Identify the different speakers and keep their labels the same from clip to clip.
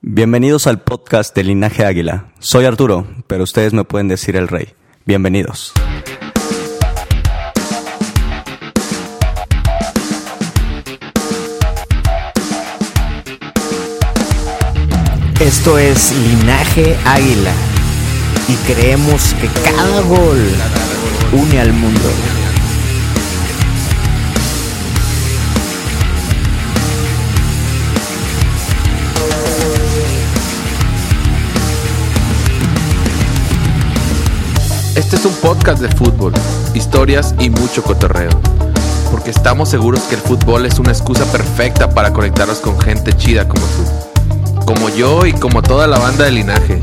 Speaker 1: Bienvenidos al podcast de Linaje Águila. Soy Arturo, pero ustedes me pueden decir el rey. Bienvenidos.
Speaker 2: Esto es Pues Linaje Águila y creemos que cada gol une al mundo.
Speaker 3: Este es un podcast de fútbol, historias y mucho cotorreo. Porque estamos seguros que el fútbol es una excusa perfecta para conectarnos con gente chida como tú. Como yo y como toda la banda de linaje.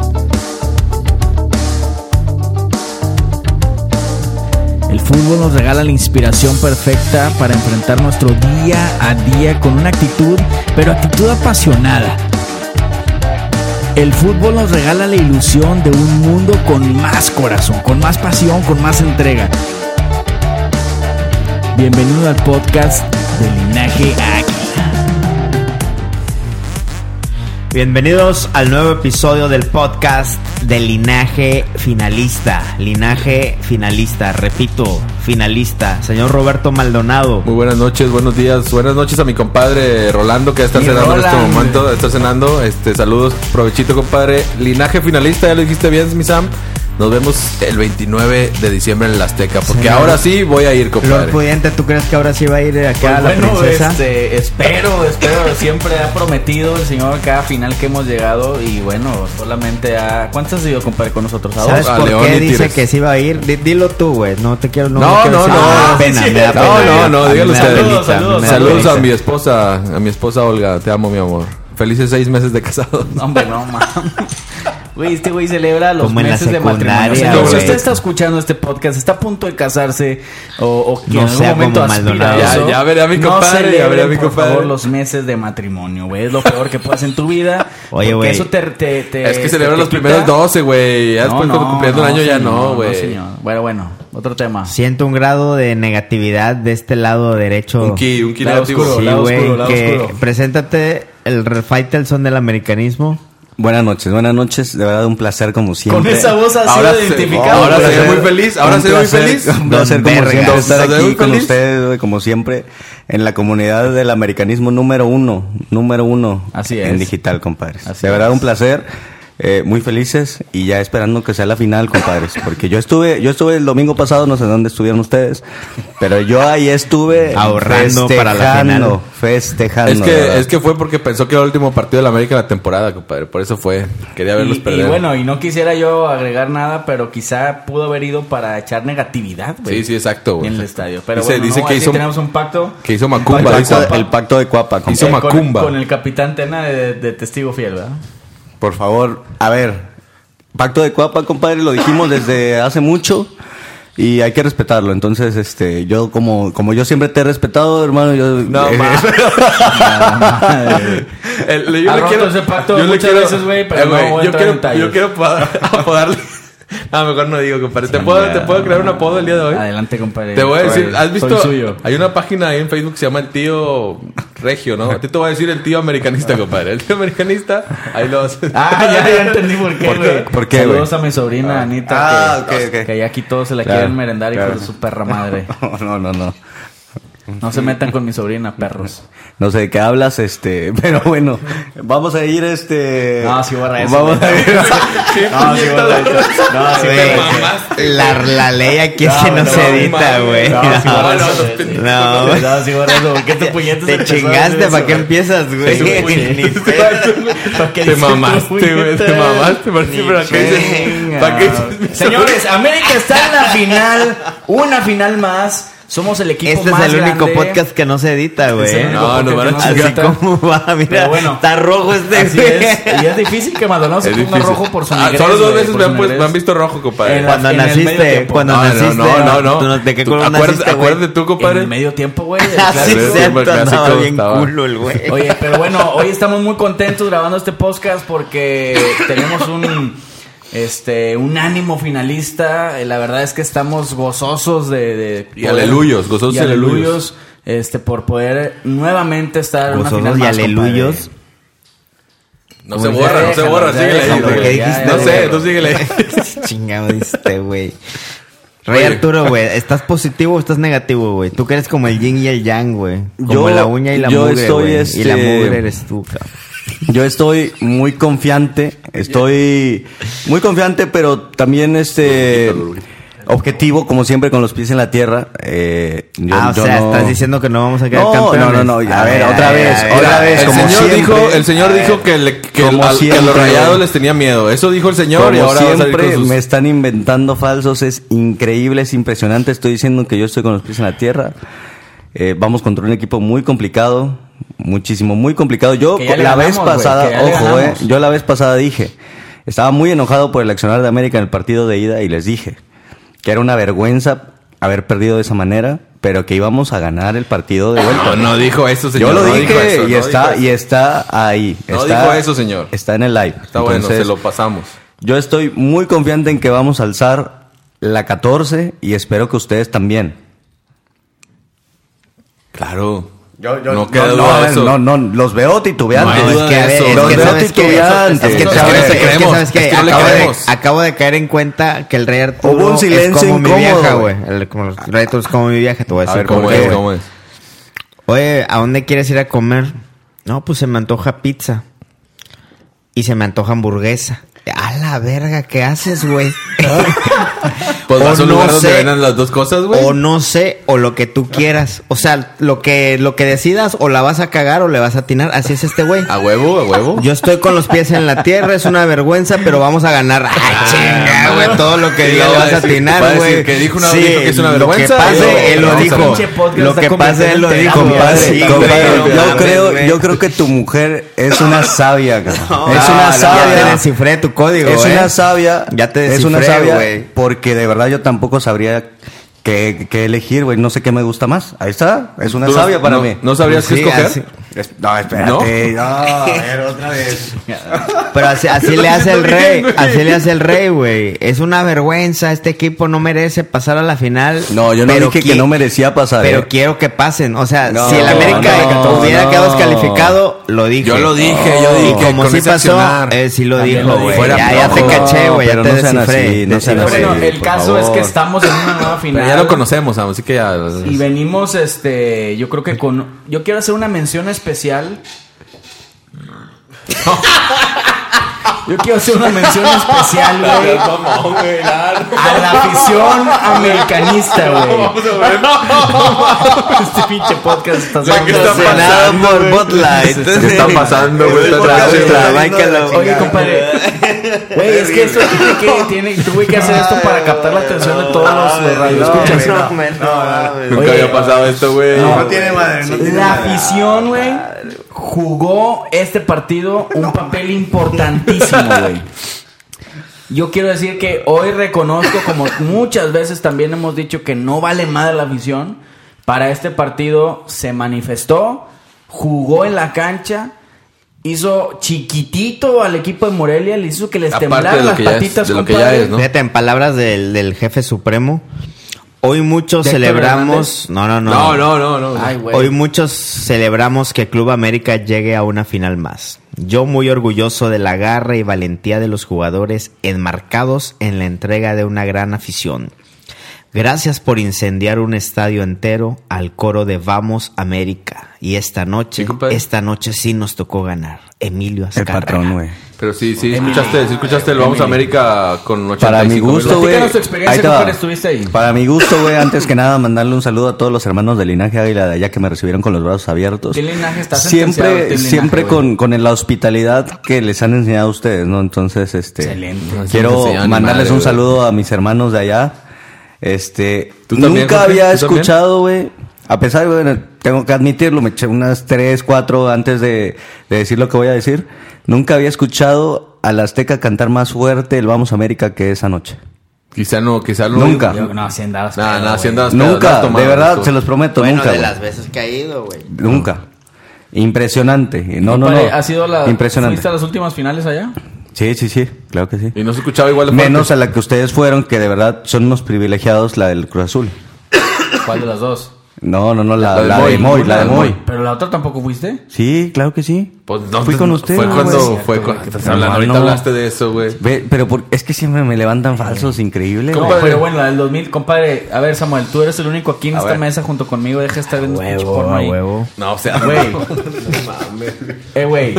Speaker 2: El fútbol nos regala la inspiración perfecta para enfrentar nuestro día a día con una actitud, pero actitud apasionada. El fútbol nos regala la ilusión de un mundo con más corazón, con más pasión, con más entrega. Bienvenido al podcast de Linaje Águila.
Speaker 4: Bienvenidos al nuevo episodio del podcast de Linaje Finalista. Linaje Finalista, repito, finalista. Señor Roberto Maldonado.
Speaker 3: Muy buenas noches, buenos días, buenas noches a mi compadre Rolando que está
Speaker 2: Mi
Speaker 3: cenando en este
Speaker 2: Roland.
Speaker 3: momento, está cenando. Este, saludos, provechito compadre. Linaje finalista, ya lo dijiste bien, mi Sam. Nos vemos el 29 de diciembre en la Azteca, porque
Speaker 4: Señor.
Speaker 3: ahora sí voy a ir,
Speaker 4: Lord
Speaker 3: compadre.
Speaker 4: Pudiente, ¿tú crees que ahora sí va a ir acá
Speaker 5: Pues
Speaker 4: la
Speaker 5: bueno,
Speaker 4: princesa?
Speaker 5: este, espero, espero. Siempre ha prometido el señor cada final que hemos llegado. Y bueno, solamente a. ¿Cuántas ha ido a comparar con nosotros? ¿A dos?
Speaker 4: ¿Sabes
Speaker 3: a
Speaker 4: por
Speaker 3: León
Speaker 4: qué
Speaker 3: y
Speaker 4: dice
Speaker 3: Tigres.
Speaker 4: que sí va a ir? Di- dilo tú, güey. No te quiero. No,
Speaker 3: No,
Speaker 4: me
Speaker 3: no,
Speaker 4: quiero decir.
Speaker 3: no.
Speaker 4: Me da pena,
Speaker 5: Sí,
Speaker 4: me
Speaker 5: sí.
Speaker 4: da pena.
Speaker 3: No, no, no,
Speaker 4: A mí
Speaker 3: dígalo
Speaker 4: me da
Speaker 3: usted.
Speaker 4: penita,
Speaker 5: Saludos,
Speaker 4: me da
Speaker 3: Saludos a
Speaker 4: penita.
Speaker 3: mi esposa, a mi esposa Olga, te amo mi amor. Felices seis meses de casado.
Speaker 5: No, Ah, hombre, no, mames. Güey, este güey celebra los
Speaker 4: Como en la
Speaker 5: meses de matrimonio.
Speaker 4: secundaria,
Speaker 5: Señor, si
Speaker 3: güey.
Speaker 5: usted está escuchando este podcast, está a punto de casarse o, o que
Speaker 4: No
Speaker 5: en algún
Speaker 4: sea
Speaker 5: momento
Speaker 4: como
Speaker 5: aspira a
Speaker 4: Maldonado.
Speaker 5: eso,
Speaker 3: Ya- ya veré a mi compadre, ya
Speaker 5: celebren,
Speaker 3: veré a mi
Speaker 5: por
Speaker 3: compadre.
Speaker 5: favor, los meses de matrimonio, güey. Es lo peor que puedas en tu vida. porque
Speaker 4: Oye, güey.
Speaker 5: eso te, te- te-
Speaker 3: Es que
Speaker 5: te
Speaker 3: celebra los
Speaker 5: quita.
Speaker 3: primeros 12, güey. Ya
Speaker 5: No,
Speaker 3: después cuando
Speaker 5: no,
Speaker 3: cumpliendo un
Speaker 5: no,
Speaker 3: año ya
Speaker 5: señor,
Speaker 3: no, güey.
Speaker 5: señor. bueno, bueno, otro tema.
Speaker 4: Siento un grado de negatividad de este lado derecho.
Speaker 3: un ki, un ki
Speaker 5: Lado
Speaker 3: negativo.
Speaker 5: oscuro,
Speaker 4: Sí,
Speaker 5: lado oscuro,
Speaker 4: güey.
Speaker 5: lado
Speaker 4: Que
Speaker 5: oscuro.
Speaker 4: preséntate el Faitelson del americanismo.
Speaker 1: Buenas noches, buenas noches. De verdad, un placer como siempre.
Speaker 5: Con esa voz así pues,
Speaker 3: Ahora
Speaker 5: ahora
Speaker 3: se-
Speaker 5: identificado.
Speaker 3: ahora
Speaker 5: güey.
Speaker 3: se ve muy feliz, ahora se ve muy feliz.
Speaker 1: Un placer como
Speaker 4: Don
Speaker 1: siempre
Speaker 4: Vergas.
Speaker 1: estar
Speaker 3: Se ve muy
Speaker 1: aquí con
Speaker 3: feliz.
Speaker 1: ustedes, güey, como siempre, en la comunidad del americanismo número uno, número uno
Speaker 5: Así
Speaker 1: en
Speaker 5: es.
Speaker 1: digital, compadres.
Speaker 5: Así
Speaker 1: de verdad,
Speaker 5: es.
Speaker 1: un placer. eh, muy felices y ya esperando que sea la final, compadres. Porque yo estuve, yo estuve el domingo pasado, no sé dónde estuvieron ustedes, pero yo ahí estuve
Speaker 4: Ahorrando para la
Speaker 1: festejando,
Speaker 4: final.
Speaker 1: Festejando.
Speaker 3: Es
Speaker 1: de
Speaker 3: que,
Speaker 1: verdad.
Speaker 3: es que fue porque pensó que era el último partido de la América en la temporada, compadre. Por eso fue. Quería verlos
Speaker 5: y, y
Speaker 3: perder.
Speaker 5: bueno, y no quisiera yo agregar nada, pero quizá pudo haber ido para echar negatividad, güey.
Speaker 3: sí, sí, exacto, güey.
Speaker 5: pues, En el estadio. Pero
Speaker 3: Dice-
Speaker 5: bueno,
Speaker 3: dice
Speaker 5: no,
Speaker 3: que
Speaker 5: así
Speaker 3: hizo-
Speaker 5: tenemos un pacto.
Speaker 3: Que hizo
Speaker 1: el,
Speaker 3: Macumba, dice.
Speaker 1: pacto, el pacto de Cuapa, compadres.
Speaker 3: Hizo
Speaker 5: eh, con-
Speaker 3: Macumba.
Speaker 5: Con, el capitán Tena de, de testigo fiel, ¿verdad?
Speaker 1: Por favor, a ver. Pacto de Cuapa, compadre, lo dijimos desde hace mucho y hay que respetarlo. Entonces, este, yo como, como yo siempre te he respetado, hermano, yo
Speaker 3: No,
Speaker 1: eh,
Speaker 3: ma. El- yo
Speaker 5: Ha
Speaker 3: le
Speaker 5: roto
Speaker 3: quiero,
Speaker 5: ese pacto
Speaker 3: le
Speaker 5: muchas veces, güey, pero no
Speaker 3: güey,
Speaker 5: voy a
Speaker 3: yo
Speaker 5: entrar
Speaker 3: quiero,
Speaker 5: en detalles.
Speaker 3: Yo quiero apodar- apodarle. A lo mejor no digo, compadre. ¿Te, puedo,
Speaker 5: ya.
Speaker 3: ¿Te puedo crear un apodo el día de hoy?
Speaker 5: Adelante, compadre.
Speaker 3: Te voy a
Speaker 5: Soy-
Speaker 3: decir, ¿has
Speaker 5: soy
Speaker 3: visto?
Speaker 5: suyo.
Speaker 3: Hay una página ahí en Facebook que se llama El Tío Regio, ¿no? A ti te voy a decir el tío americanista, compadre. El tío americanista, ahí lo haces.
Speaker 5: Ah, ya, ya entendí por qué, güey.
Speaker 1: por qué,
Speaker 5: Saludos a mi sobrina Anita.
Speaker 1: Ah,
Speaker 5: que,
Speaker 1: ok, ok.
Speaker 5: que ya aquí todos se la
Speaker 1: Claro,
Speaker 5: quieren merendar y
Speaker 1: claro.
Speaker 5: por su perra madre.
Speaker 1: no, no, no.
Speaker 5: No se metan con mi sobrina, perros.
Speaker 1: No sé de qué hablas, este, pero bueno, vamos a ir este
Speaker 5: No, sí, borra eso,
Speaker 1: Vamos a
Speaker 5: güey.
Speaker 1: ir.
Speaker 5: No, sí, borra eso. No, sí,
Speaker 4: Güey,
Speaker 5: borra eso.
Speaker 4: la, la ley aquí es que no,
Speaker 5: no,
Speaker 4: se
Speaker 5: no,
Speaker 4: edita,
Speaker 3: mames.
Speaker 4: güey.
Speaker 3: No, sí,
Speaker 4: No,
Speaker 3: bueno,
Speaker 4: no,
Speaker 3: los pendejos.
Speaker 4: no, güey.
Speaker 5: No, sí, borra eso. ¿Por qué te puñetas
Speaker 4: Te
Speaker 5: empezó a
Speaker 4: chingaste,
Speaker 5: decir
Speaker 4: ¿para
Speaker 5: eso,
Speaker 4: qué
Speaker 5: güey?
Speaker 4: empiezas, güey? Ni pedo.
Speaker 5: ¿Para qué
Speaker 3: Te
Speaker 5: dices tú,
Speaker 3: mamaste, Este güey. Te
Speaker 5: puñetas?
Speaker 3: mamaste, Martín.
Speaker 5: Ni
Speaker 3: Pero acá dices.
Speaker 5: chinga.
Speaker 3: ¿Para qué dices?
Speaker 5: Señores, América está en la final. Una final más. Somos el equipo
Speaker 4: Este es
Speaker 5: más
Speaker 4: el único
Speaker 5: grande.
Speaker 4: podcast que no se edita,
Speaker 5: Es
Speaker 4: güey.
Speaker 5: el único
Speaker 3: No, no van a
Speaker 5: podcast que se
Speaker 4: Así
Speaker 3: chiquita.
Speaker 5: edita.
Speaker 4: como va, mira,
Speaker 5: Pero bueno.
Speaker 4: está rojo este
Speaker 5: Así
Speaker 4: güey.
Speaker 5: es. Y es difícil que Maldonado se
Speaker 3: Es
Speaker 5: ponga
Speaker 3: difícil.
Speaker 5: rojo por su
Speaker 3: Ah,
Speaker 5: negrez,
Speaker 3: Solo dos
Speaker 5: güey,
Speaker 3: veces
Speaker 5: por
Speaker 3: me
Speaker 5: su
Speaker 3: han, puesto-
Speaker 5: negrez.
Speaker 3: me han visto rojo, compadre.
Speaker 5: En la-
Speaker 4: Cuando
Speaker 5: en el medio
Speaker 4: naciste,
Speaker 5: tiempo.
Speaker 4: cuando
Speaker 3: No, no,
Speaker 4: naciste.
Speaker 3: no, no, no.
Speaker 4: ¿Tú ¿De qué
Speaker 3: Tú-
Speaker 4: color
Speaker 3: acuérdate-
Speaker 4: naciste, Ah, güey?
Speaker 3: acuérdate tú,
Speaker 5: En
Speaker 3: compadre.
Speaker 5: el medio tiempo, güey.
Speaker 4: Así
Speaker 3: Claro,
Speaker 4: se
Speaker 3: güey,
Speaker 4: andaba
Speaker 3: clásico
Speaker 4: bien
Speaker 3: estaba.
Speaker 4: culo el güey.
Speaker 5: Oye, pero bueno, hoy estamos muy contentos grabando este podcast porque tenemos un este un ánimo finalista. Eh, La verdad es que estamos gozosos de, de
Speaker 3: Y aleluyos, gozosos y aleluyos.
Speaker 5: este por poder nuevamente estar en una
Speaker 4: Gozosos
Speaker 5: final
Speaker 4: y
Speaker 5: más,
Speaker 4: aleluyos.
Speaker 5: compadre.
Speaker 3: No se borra, no se
Speaker 5: Déjalo,
Speaker 3: borra.
Speaker 5: ya
Speaker 3: Síguele ahí,
Speaker 5: déjalo,
Speaker 3: síguele.
Speaker 5: ¿qué dijiste,
Speaker 3: No sé,
Speaker 5: güey?
Speaker 3: tú síguele ahí.
Speaker 4: Chingado diste, güey. Rey
Speaker 3: Oye.
Speaker 4: Arturo, güey, ¿estás positivo o estás negativo, güey? Tú que eres como el yin y el yang, güey. Como
Speaker 1: Yo-
Speaker 4: la uña y la
Speaker 1: yo
Speaker 4: mugre,
Speaker 1: estoy,
Speaker 4: güey. Y la
Speaker 1: este,
Speaker 4: mugre eres tú, cabrón.
Speaker 1: Yo estoy muy confiante, estoy muy confiante, pero también este objetivo, como siempre, con los pies en la tierra. Eh, yo-
Speaker 4: ah, o
Speaker 1: yo
Speaker 4: sea,
Speaker 1: no-
Speaker 4: estás diciendo que no vamos a quedar
Speaker 1: No,
Speaker 4: campeones.
Speaker 1: no, no, no, a ver, otra vez,
Speaker 4: a
Speaker 1: otra
Speaker 4: a
Speaker 1: vez,
Speaker 3: el
Speaker 1: como
Speaker 3: señor
Speaker 1: siempre.
Speaker 3: dijo, el señor
Speaker 1: A
Speaker 3: dijo
Speaker 1: ver.
Speaker 3: que, le- que el-
Speaker 1: Como
Speaker 3: al- que
Speaker 1: siempre.
Speaker 3: los rayados les tenía miedo. Eso dijo el señor y
Speaker 1: Como
Speaker 3: ahora va a salir
Speaker 1: siempre
Speaker 3: con sus-
Speaker 1: me están inventando falsos, es increíble, es impresionante. Estoy diciendo que yo estoy con los pies en la tierra. Eh, vamos contra un equipo muy complicado, muchísimo, muy complicado. Yo
Speaker 5: Que ya le
Speaker 1: la
Speaker 5: ganamos,
Speaker 1: vez
Speaker 5: güey,
Speaker 1: pasada,
Speaker 5: que ya le
Speaker 1: ojo, eh,
Speaker 5: ganamos.
Speaker 1: yo la vez pasada dije, estaba muy enojado por el accionar de América en el partido de ida y les dije que era una vergüenza haber perdido de esa manera, pero que íbamos a ganar el partido de vuelta.
Speaker 3: No, no dijo eso, señor.
Speaker 1: Yo lo
Speaker 3: no
Speaker 1: dije
Speaker 3: dijo eso,
Speaker 1: y
Speaker 3: no
Speaker 1: está
Speaker 3: dijo
Speaker 1: y
Speaker 3: eso.
Speaker 1: está ahí.
Speaker 3: No
Speaker 1: está-
Speaker 3: dijo eso, señor.
Speaker 1: Está en el live.
Speaker 3: Está bueno, se
Speaker 1: Entonces,
Speaker 3: lo pasamos.
Speaker 1: yo estoy muy confiante en que vamos a alzar la 14 y espero que ustedes también.
Speaker 3: Claro.
Speaker 1: no,
Speaker 3: no queda
Speaker 1: no,
Speaker 3: duda de
Speaker 1: no,
Speaker 3: eso.
Speaker 1: no, no, los veo titubeantes.
Speaker 3: No hay
Speaker 4: es
Speaker 3: duda
Speaker 4: que, a
Speaker 3: de
Speaker 4: ver,
Speaker 3: eso.
Speaker 4: es
Speaker 3: Los
Speaker 4: que
Speaker 3: veo
Speaker 4: sabes que,
Speaker 1: titubeantes.
Speaker 4: es que
Speaker 1: Es que no
Speaker 4: sabes
Speaker 1: le
Speaker 4: que- es que
Speaker 3: creemos,
Speaker 4: sabes que
Speaker 3: es que no le
Speaker 4: acabo, de,
Speaker 3: creemos.
Speaker 4: acabo de caer en cuenta que el rey Arturo
Speaker 1: Hubo un
Speaker 4: es
Speaker 1: silencio
Speaker 4: como mi
Speaker 1: incómodo,
Speaker 4: vieja,
Speaker 1: güey.
Speaker 4: güey. El, como el rey Arturo es como mi vieja, te voy a
Speaker 3: A
Speaker 4: decir
Speaker 3: ver
Speaker 4: por
Speaker 3: cómo
Speaker 4: qué,
Speaker 3: es,
Speaker 4: güey.
Speaker 3: cómo es.
Speaker 4: Oye, ¿a dónde quieres ir a comer? No, pues se me antoja pizza. Y se me antoja hamburguesa. A la verga, ¿qué haces, güey?
Speaker 3: Pues
Speaker 4: O
Speaker 3: vas a un lugar
Speaker 4: no
Speaker 3: donde
Speaker 4: sé.
Speaker 3: vendan las dos cosas, güey.
Speaker 4: o no sé, o lo que tú quieras. O sea, lo que, lo que decidas, o la vas a cagar o le vas a atinar. Así es este güey.
Speaker 3: A huevo, a huevo.
Speaker 4: Yo estoy con los pies en la tierra, es una vergüenza, pero vamos a ganar. Ah, chinga, güey, todo lo que
Speaker 3: Sí,
Speaker 4: diga
Speaker 3: lo
Speaker 4: lo
Speaker 3: va a
Speaker 4: vas a
Speaker 3: decir, va a
Speaker 4: atinar,
Speaker 3: decir
Speaker 4: güey.
Speaker 3: que dijo una- dijo que es una vergüenza,
Speaker 4: Lo que pase,
Speaker 3: pero-
Speaker 4: él lo
Speaker 3: Vamos a
Speaker 4: dijo.
Speaker 3: ver.
Speaker 5: Pinche
Speaker 4: Lo
Speaker 5: podcast
Speaker 4: que
Speaker 5: está
Speaker 4: pase, él lo
Speaker 5: convirtiendo en
Speaker 4: dijo.
Speaker 5: terapia,
Speaker 1: Compadre,
Speaker 5: Sí,
Speaker 1: compadre,
Speaker 4: güey,
Speaker 1: yo
Speaker 4: mames,
Speaker 1: creo,
Speaker 4: güey.
Speaker 1: yo creo que tu mujer es una sabia, cabrón. es
Speaker 4: No,
Speaker 1: una
Speaker 4: no, Ya te
Speaker 1: sabia.
Speaker 4: descifré tu código,
Speaker 1: es
Speaker 4: eh.
Speaker 1: una sabia.
Speaker 4: Ya te
Speaker 1: es una
Speaker 4: descifré,
Speaker 1: sabia
Speaker 4: güey.
Speaker 1: porque de verdad yo tampoco sabría qué, qué elegir, güey. No sé qué me gusta más. Ahí está. Es una
Speaker 3: ¿Tú no-
Speaker 1: sabia para
Speaker 3: no-
Speaker 1: mí.
Speaker 3: ¿No sabrías qué
Speaker 4: Sí,
Speaker 3: escoger?
Speaker 4: así-
Speaker 1: Es- No, espérate. No, a ver, otra vez.
Speaker 4: Pero así, así le hace el
Speaker 3: siento
Speaker 4: rey,
Speaker 3: bien, güey.
Speaker 4: así le hace el rey, güey. Es una vergüenza, este equipo no merece pasar a la final.
Speaker 1: No, yo no
Speaker 4: pero
Speaker 1: dije que
Speaker 4: qui-
Speaker 1: no merecía pasar.
Speaker 4: Pero
Speaker 1: eh.
Speaker 4: quiero que pasen. O sea,
Speaker 1: No,
Speaker 4: si el América
Speaker 1: no,
Speaker 4: hubiera
Speaker 1: no.
Speaker 4: quedado descalificado, lo dije.
Speaker 3: Yo lo dije, yo
Speaker 4: Y
Speaker 3: dije,
Speaker 4: como
Speaker 3: con
Speaker 4: sí
Speaker 3: ese
Speaker 4: pasó,
Speaker 3: accionar.
Speaker 4: eh, sí lo
Speaker 5: También
Speaker 4: dijo,
Speaker 5: lo
Speaker 4: güey.
Speaker 5: dije.
Speaker 4: Ya, ya te
Speaker 1: flojo.
Speaker 4: caché, güey. Ya
Speaker 1: Pero
Speaker 4: te
Speaker 1: no sean
Speaker 4: descifré.
Speaker 1: así, no sean
Speaker 4: Descifré.
Speaker 5: Pero
Speaker 1: así.
Speaker 5: bueno,
Speaker 1: Sí,
Speaker 5: el
Speaker 1: por
Speaker 5: caso es que
Speaker 1: favor.
Speaker 5: estamos en una nueva
Speaker 3: Pero
Speaker 5: final.
Speaker 3: ya lo conocemos, Sam, así que ya.
Speaker 5: Y venimos, este, yo creo que con... Yo quiero hacer una mención especial. Yo quiero hacer una mención especial, güey. A la afición americanista, güey. Este pinche podcast está
Speaker 3: ¿Qué está
Speaker 4: Patrocinado
Speaker 3: pasando,
Speaker 4: por Bud Light.
Speaker 1: este
Speaker 3: ¿Qué está pasando, güey? Está
Speaker 1: Otra vez,
Speaker 3: atrás.
Speaker 1: Michael, la
Speaker 5: Oye,
Speaker 1: chingada.
Speaker 5: compadre. Güey, es que esto tiene que, tiene, tuve que hacer esto para captar la atención de todos los los radioescuchas.
Speaker 3: Nunca había pasado esto, güey.
Speaker 6: tiene madre, no
Speaker 5: La afición, güey, jugó este partido un papel importantísimo, güey. Yo quiero decir que hoy reconozco, como muchas veces también hemos dicho, que no vale madre la afición. Para este partido se manifestó, jugó en la cancha, hizo chiquitito al equipo de Morelia, le hizo que les
Speaker 3: Aparte
Speaker 5: temblaran
Speaker 3: de lo
Speaker 5: las
Speaker 3: que ya es-
Speaker 5: patitas,
Speaker 3: de lo que ya
Speaker 5: compadre.
Speaker 3: es, ¿no?
Speaker 4: Fíjate, en palabras del, del jefe supremo, hoy muchos
Speaker 5: ¿De Héctor
Speaker 4: celebramos. No, no, no.
Speaker 3: No, no, no, no.
Speaker 5: Ay, güey.
Speaker 4: Hoy muchos celebramos que Club América llegue a una final más. Yo muy orgulloso de la garra y valentía de los jugadores enmarcados en la entrega de una gran afición. Gracias por incendiar un estadio entero al coro de Vamos América. Y esta noche,
Speaker 3: Sí, compadre.
Speaker 4: esta noche sí nos tocó ganar. Emilio
Speaker 1: El
Speaker 4: Azcárraga.
Speaker 1: patrón, güey.
Speaker 3: Pero sí, sí, escuchaste, sí, escuchaste el Vamos a América con 85
Speaker 1: Para mi
Speaker 3: mil
Speaker 1: gusto,
Speaker 3: votos.
Speaker 1: güey.
Speaker 5: Platícanos tu experiencia,
Speaker 1: ahí te va.
Speaker 5: compadre, estuviste ahí.
Speaker 1: Para mi gusto, güey, antes que nada, mandarle un saludo a todos los hermanos del linaje Águila de allá que me recibieron con los brazos abiertos.
Speaker 5: Team Linaje está sentenciado, Team
Speaker 1: siempre
Speaker 5: Linaje,
Speaker 1: siempre
Speaker 5: güey.
Speaker 1: con, con la hospitalidad que les han enseñado a ustedes, ¿no? Entonces, este.
Speaker 5: Excelente.
Speaker 1: Quiero
Speaker 3: Sí, sí, sí,
Speaker 1: mandarles
Speaker 3: madre,
Speaker 1: un
Speaker 3: güey.
Speaker 1: saludo a mis hermanos de allá. Este,
Speaker 3: ¿Tú
Speaker 1: nunca
Speaker 3: también, Jorge?
Speaker 1: había
Speaker 3: ¿Tú también?
Speaker 1: escuchado, güey. A pesar, bueno, tengo que admitirlo, me eché unas tres, cuatro antes de, de decir lo que voy a decir. Nunca había escuchado al Azteca cantar más fuerte el Vamos América que esa noche.
Speaker 3: Quizá no, quizá no.
Speaker 1: Nunca.
Speaker 5: Yo, no, si andabas.
Speaker 3: Nah,
Speaker 5: pedo,
Speaker 3: nah, si
Speaker 5: güey.
Speaker 3: andabas pedo,
Speaker 1: Nunca,
Speaker 3: andabas tomado,
Speaker 1: de verdad,
Speaker 3: tú.
Speaker 1: se los prometo,
Speaker 4: Bueno,
Speaker 1: nunca.
Speaker 4: de
Speaker 1: güey.
Speaker 4: las veces que ha ido, güey.
Speaker 1: Nunca. Impresionante. No, no, no.
Speaker 5: Compadre, ¿Ha sido la.
Speaker 1: Impresionante.
Speaker 5: ¿Fuiste a las últimas finales allá?
Speaker 1: Sí, sí, sí, claro que sí.
Speaker 3: Y no se escuchaba igual de fuerte.
Speaker 1: Menos a la que ustedes fueron, que de verdad son unos privilegiados, la del Cruz Azul.
Speaker 5: ¿Cuál de las dos?
Speaker 1: No, no, no, la,
Speaker 3: La de
Speaker 1: la de
Speaker 3: Moy,
Speaker 1: Moy, la de Moy.
Speaker 5: Pero la otra tampoco fuiste.
Speaker 1: Sí, claro que sí.
Speaker 3: Pues no,
Speaker 1: Fui
Speaker 3: te-
Speaker 1: con ustedes.
Speaker 3: Fue
Speaker 1: güey.
Speaker 3: cuando.
Speaker 5: es cierto,
Speaker 3: fue
Speaker 5: güey,
Speaker 3: cuando.
Speaker 5: que
Speaker 3: estás
Speaker 1: te-
Speaker 3: hablando,
Speaker 1: no,
Speaker 3: ahorita
Speaker 1: no.
Speaker 3: hablaste de eso, güey.
Speaker 1: Ve, pero por- es que siempre me levantan falsos, increíble. güey.
Speaker 3: Compadre.
Speaker 5: Pero bueno, la del 2000, compadre. A ver, Samuel, tú eres el único aquí en
Speaker 3: A
Speaker 5: esta
Speaker 3: ver.
Speaker 5: mesa junto conmigo. Deja de estar viendo pinche
Speaker 4: Huevo,
Speaker 5: porno
Speaker 4: a
Speaker 5: ahí.
Speaker 4: huevo.
Speaker 3: No, o sea,
Speaker 5: Güey. eh, güey.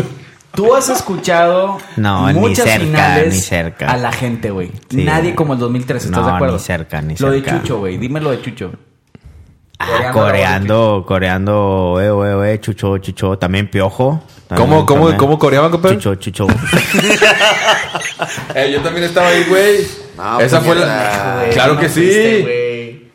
Speaker 5: Tú has escuchado
Speaker 4: No, ni
Speaker 5: muchas
Speaker 4: cerca,
Speaker 5: finales
Speaker 4: ni cerca.
Speaker 5: a la gente, güey.
Speaker 4: Sí.
Speaker 5: Nadie como el 2013, ¿estás
Speaker 4: No,
Speaker 5: de acuerdo?
Speaker 4: ni cerca, ni
Speaker 5: Lo de
Speaker 4: cerca.
Speaker 5: Chucho, güey. Dime lo de Chucho.
Speaker 4: Ah,
Speaker 5: Coreando
Speaker 4: coreando, coreando, eh, eh, eh, chucho, chucho. También piojo. También,
Speaker 3: ¿Cómo, cómo,
Speaker 4: también.
Speaker 3: cómo coreaban, compadre?
Speaker 4: Chucho, chucho.
Speaker 3: Eh, yo también estaba ahí, güey. Esa fue pues, la. Ah, claro que sí.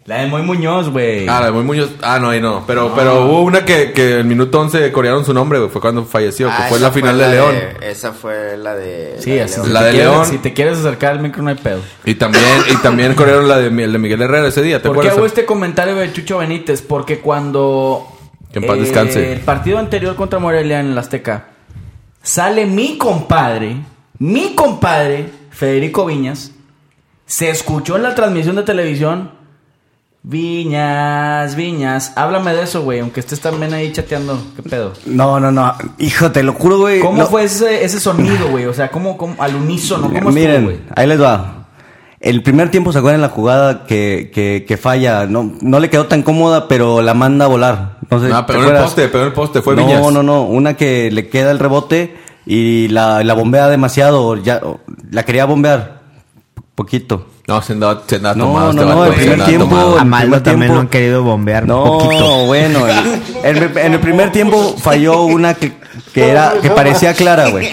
Speaker 5: La de Moy Muñoz, güey.
Speaker 3: Ah, la de Moy Muñoz. Ah, no, ahí no. Pero, pero hubo una que, que en el minuto 11 corearon su nombre, güey. Fue cuando falleció,
Speaker 1: Ah,
Speaker 3: que Ah, fue la final de León.
Speaker 4: Esa fue la de.
Speaker 5: sí, así.
Speaker 3: León.
Speaker 5: si
Speaker 3: La
Speaker 5: te
Speaker 3: de
Speaker 5: quieres-
Speaker 3: León.
Speaker 5: Si te quieres acercar al micro, no hay pedo.
Speaker 3: Y también, y también corearon la de, Mi- el de Miguel Herrera ese día, ¿te
Speaker 5: ¿Por qué
Speaker 3: acuerdas?
Speaker 5: hago este comentario de Chucho Benítez? Porque cuando. eh,
Speaker 3: Que en paz descanse.
Speaker 5: El partido anterior contra Morelia en el Azteca. Sale mi compadre. Mi compadre, Federico Viñas. Se escuchó en la transmisión de televisión. Viñas, Viñas. Háblame de eso, güey. Aunque estés también ahí chateando. ¿Qué pedo?
Speaker 1: No, no, no. Hijo, te lo juro, güey.
Speaker 5: ¿Cómo
Speaker 1: no.
Speaker 5: fue ese, ese sonido, güey? O sea, ¿cómo, cómo- al unísono? ¿Cómo estuvo,
Speaker 1: Miren,
Speaker 5: güey?
Speaker 1: ahí les va. El primer tiempo se acuerdan la jugada que, que, que falla. No, no le quedó tan cómoda, pero la manda a volar. No sé,
Speaker 3: Ah,
Speaker 1: ¿te
Speaker 3: pero en el
Speaker 1: acuerdas?
Speaker 3: poste, pero en el poste, fue
Speaker 1: no,
Speaker 3: Viñas.
Speaker 1: No, no, Una que le queda el rebote y la, la bombea demasiado. o Ya, o la quería bombear. Poquito.
Speaker 3: No, se andaba, se andaba
Speaker 1: No,
Speaker 3: tomado.
Speaker 1: no,
Speaker 3: este
Speaker 1: no,
Speaker 3: vato,
Speaker 1: el
Speaker 3: se
Speaker 1: primer
Speaker 3: andaba
Speaker 1: tiempo-
Speaker 3: tomado.
Speaker 4: A
Speaker 1: primer
Speaker 4: Maldo también
Speaker 1: tiempo.
Speaker 4: lo han querido bombear
Speaker 1: No,
Speaker 4: poquito.
Speaker 1: bueno. el- el- en el primer tiempo falló una que, que era, que parecía clara, güey.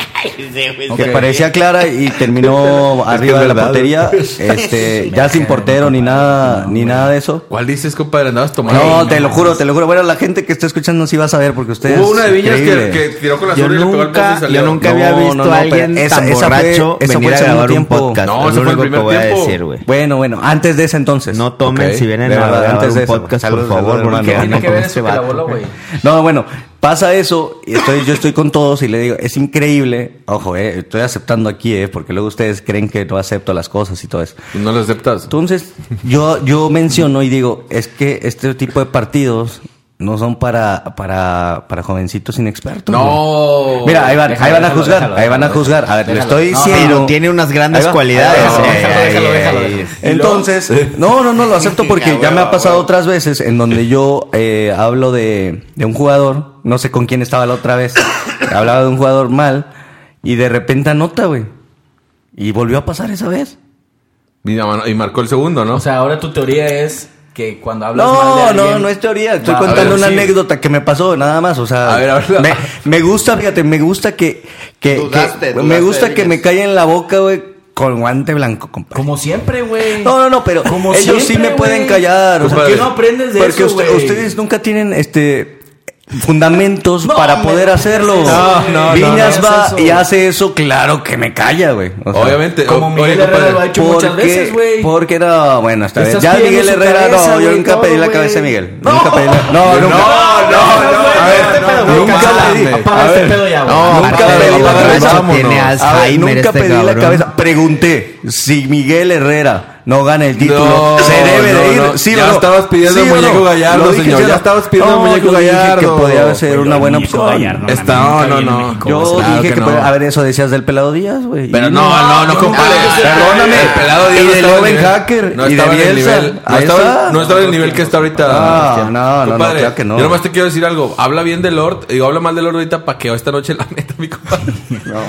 Speaker 1: Que parecía clara y terminó arriba de la
Speaker 3: verdad,
Speaker 1: portería. Este, ya sin portero ni nada, ni nada de eso.
Speaker 3: ¿Cuál dices, compadre? Andabas tomado.
Speaker 1: No, te lo juro, te lo juro. Bueno, la gente que está escuchando sí va a saber porque ustedes.
Speaker 3: Hubo una de Viñas que,
Speaker 1: increíble.
Speaker 3: que tiró con la
Speaker 4: Yo
Speaker 3: zurda y le pegó al poste y
Speaker 4: nunca,
Speaker 3: salió.
Speaker 4: yo nunca había
Speaker 1: No,
Speaker 4: visto
Speaker 1: no, no,
Speaker 4: a alguien
Speaker 1: pero esa-
Speaker 4: tan
Speaker 1: esa fue-
Speaker 4: borracho
Speaker 1: esa fue
Speaker 4: venir
Speaker 1: el segundo
Speaker 4: a grabar un
Speaker 1: tiempo.
Speaker 4: podcast.
Speaker 3: No, ese
Speaker 4: es lo
Speaker 3: fue el
Speaker 4: único que
Speaker 3: primer
Speaker 4: voy a
Speaker 3: tiempo.
Speaker 4: decir, güey.
Speaker 1: Bueno, bueno, antes de ese entonces.
Speaker 4: No tomen
Speaker 3: Ok,
Speaker 4: si vienen
Speaker 1: Pues, de
Speaker 4: a
Speaker 1: verdad,
Speaker 4: grabar
Speaker 1: antes de
Speaker 4: un
Speaker 1: eso.
Speaker 4: podcast,
Speaker 1: Saludos,
Speaker 4: por favor,
Speaker 1: saludos,
Speaker 4: porque
Speaker 1: hermano.
Speaker 5: Tiene
Speaker 4: andan
Speaker 5: que
Speaker 4: con
Speaker 5: ver
Speaker 4: este
Speaker 5: eso que la
Speaker 4: vato.
Speaker 5: bola, güey.
Speaker 1: No, bueno, pasa eso, y estoy, yo estoy con todos y le digo, es increíble, ojo, eh, estoy aceptando aquí, eh, porque luego ustedes creen que no acepto las cosas y todo eso.
Speaker 3: No lo aceptas.
Speaker 1: Entonces, yo, yo menciono y digo, es que este tipo de partidos no son para, para, para jovencitos inexpertos. güey.
Speaker 3: No.
Speaker 1: Mira, ahí van,
Speaker 5: Déjalo,
Speaker 1: ahí van a
Speaker 5: déjalo,
Speaker 1: juzgar,
Speaker 5: déjalo,
Speaker 1: ahí van a
Speaker 5: déjalo,
Speaker 1: juzgar. A ver, le
Speaker 5: déjalo.
Speaker 1: estoy
Speaker 5: No,
Speaker 1: diciendo...
Speaker 4: Pero tiene unas grandes
Speaker 1: Ahí va.
Speaker 4: cualidades.
Speaker 1: Ahí va,
Speaker 4: eh,
Speaker 5: déjalo,
Speaker 4: eh,
Speaker 5: déjalo,
Speaker 4: eh,
Speaker 5: déjalo,
Speaker 4: eh,
Speaker 5: déjalo.
Speaker 1: Entonces, no, no, no, lo acepto porque ya me ha pasado otras veces en donde yo eh, hablo de, de un jugador, no sé con quién estaba la otra vez, hablaba de un jugador mal y de repente anota, güey. Y volvió a pasar esa vez.
Speaker 3: Mira, mano, Y marcó el segundo, ¿no?
Speaker 5: O sea, ahora tu teoría es que cuando hablas mal de
Speaker 1: No,
Speaker 5: alguien...
Speaker 1: no, no es teoría, estoy
Speaker 3: No, a
Speaker 1: contando
Speaker 3: ver,
Speaker 1: una
Speaker 3: sí.
Speaker 1: anécdota que me pasó, nada más, o sea,
Speaker 3: A ver, a ver.
Speaker 1: Me, me gusta, fíjate, me gusta que, que,
Speaker 4: Dudaste,
Speaker 1: que-
Speaker 4: dudaste
Speaker 1: me
Speaker 4: de
Speaker 1: gusta que
Speaker 4: Viñas.
Speaker 1: me caiga en la boca, güey, con guante blanco, compadre.
Speaker 5: Como siempre, güey.
Speaker 1: No, no, no, pero
Speaker 5: Como
Speaker 1: ellos sí
Speaker 5: siempre,
Speaker 1: me pueden
Speaker 5: güey.
Speaker 1: callar. o
Speaker 5: ¿Por
Speaker 1: sea,
Speaker 5: qué
Speaker 1: que-
Speaker 5: no aprendes de
Speaker 1: porque
Speaker 5: eso,
Speaker 1: usted-
Speaker 5: güey?
Speaker 1: ustedes nunca tienen este fundamentos
Speaker 5: No,
Speaker 1: para
Speaker 5: me
Speaker 1: poder
Speaker 5: no
Speaker 1: hacerlo.
Speaker 5: digas eso, No, güey. no, no,
Speaker 1: Viñas
Speaker 5: no
Speaker 1: va
Speaker 5: hagas eso.
Speaker 1: y hace eso, claro que me calla, güey. O sea,
Speaker 3: Obviamente.
Speaker 5: Como
Speaker 3: O-
Speaker 5: Miguel
Speaker 3: oye,
Speaker 5: Herrera lo ha
Speaker 3: compadre.
Speaker 5: hecho muchas veces, güey.
Speaker 1: Porque no, bueno, está bien.
Speaker 5: Estás
Speaker 1: Ya
Speaker 5: pidiendo
Speaker 1: Miguel
Speaker 5: su
Speaker 1: Herrera,
Speaker 5: cabeza,
Speaker 1: no, yo
Speaker 5: güey,
Speaker 1: nunca
Speaker 5: todo,
Speaker 1: pedí la
Speaker 5: güey.
Speaker 1: cabeza de Miguel.
Speaker 5: No.
Speaker 1: Nunca pedí la. No, nunca.
Speaker 3: No, no, no. A ver,
Speaker 5: Este pedo, güey,
Speaker 1: nunca
Speaker 5: cálmate.
Speaker 1: pedí.
Speaker 5: Apaga
Speaker 1: A
Speaker 5: este
Speaker 1: ver.
Speaker 5: pedo ya, güey.
Speaker 1: No,
Speaker 4: Aparte
Speaker 1: nunca
Speaker 4: de
Speaker 1: pedí
Speaker 4: lo
Speaker 1: la
Speaker 4: borracho,
Speaker 1: cabeza.
Speaker 4: tiene
Speaker 1: A ver,
Speaker 4: Alzheimer
Speaker 1: nunca
Speaker 4: este
Speaker 1: pedí la
Speaker 4: cabrón.
Speaker 1: cabeza. Pregunté si Miguel Herrera no gana el título.
Speaker 3: No,
Speaker 1: se debe
Speaker 3: no,
Speaker 1: de ir.
Speaker 3: no.
Speaker 1: ¿Sí
Speaker 3: Ya
Speaker 1: o no?
Speaker 3: estabas pidiendo
Speaker 1: ¿Sí
Speaker 3: el
Speaker 1: o no?
Speaker 3: muñeco Gallardo,
Speaker 1: Lo dije,
Speaker 3: señor.
Speaker 1: ¿sí o no?
Speaker 3: Ya estabas pidiendo el
Speaker 1: No,
Speaker 3: muñeco
Speaker 1: yo dije
Speaker 3: Gallardo.
Speaker 1: que podía ser una buena
Speaker 2: muñeco
Speaker 1: opción.
Speaker 2: Gallardo.
Speaker 3: Está, no, no, no.
Speaker 1: Yo
Speaker 3: Claro
Speaker 1: dije que,
Speaker 3: no.
Speaker 1: podía- a ver, eso decías del Pelado Díaz, güey.
Speaker 3: Pero
Speaker 1: Y
Speaker 3: no, no,
Speaker 1: Ah,
Speaker 3: no, compadre.
Speaker 1: Perdóname.
Speaker 3: El pelado Diego
Speaker 1: y de
Speaker 3: estaba en
Speaker 1: Loven
Speaker 3: nivel-
Speaker 1: Hacker.
Speaker 3: No
Speaker 1: y de
Speaker 3: estaba en el
Speaker 1: Bielsa.
Speaker 3: nivel. No
Speaker 1: Ahí
Speaker 3: estaba,
Speaker 1: está.
Speaker 3: no estaba en el nivel que está ahorita.
Speaker 1: Ah,
Speaker 3: Cristian.
Speaker 1: no, no, no, claro que no.
Speaker 3: Yo nomás te quiero decir algo. Habla bien de Lord. Digo, habla mal de Lord ahorita para que esta noche la meta, mi compadre.
Speaker 4: No,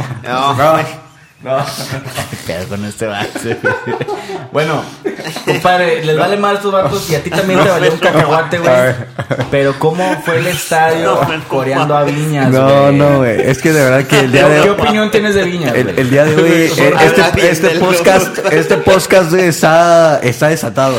Speaker 5: ¿Qué pedo con este vato? bueno, compadre, les vale mal a estos vatos y a ti también te valió un cacahuate, güey. Pero ¿cómo fue el estadio coreando a Viñas,
Speaker 1: No,
Speaker 5: güey?
Speaker 1: no, güey. Es que de verdad que el día
Speaker 5: ¿Qué,
Speaker 1: de
Speaker 5: qué
Speaker 1: hoy.
Speaker 5: opinión tienes de Viñas,
Speaker 1: El,
Speaker 5: güey?
Speaker 1: el día de hoy, eh, este, este podcast, este podcast güey, está, está desatado.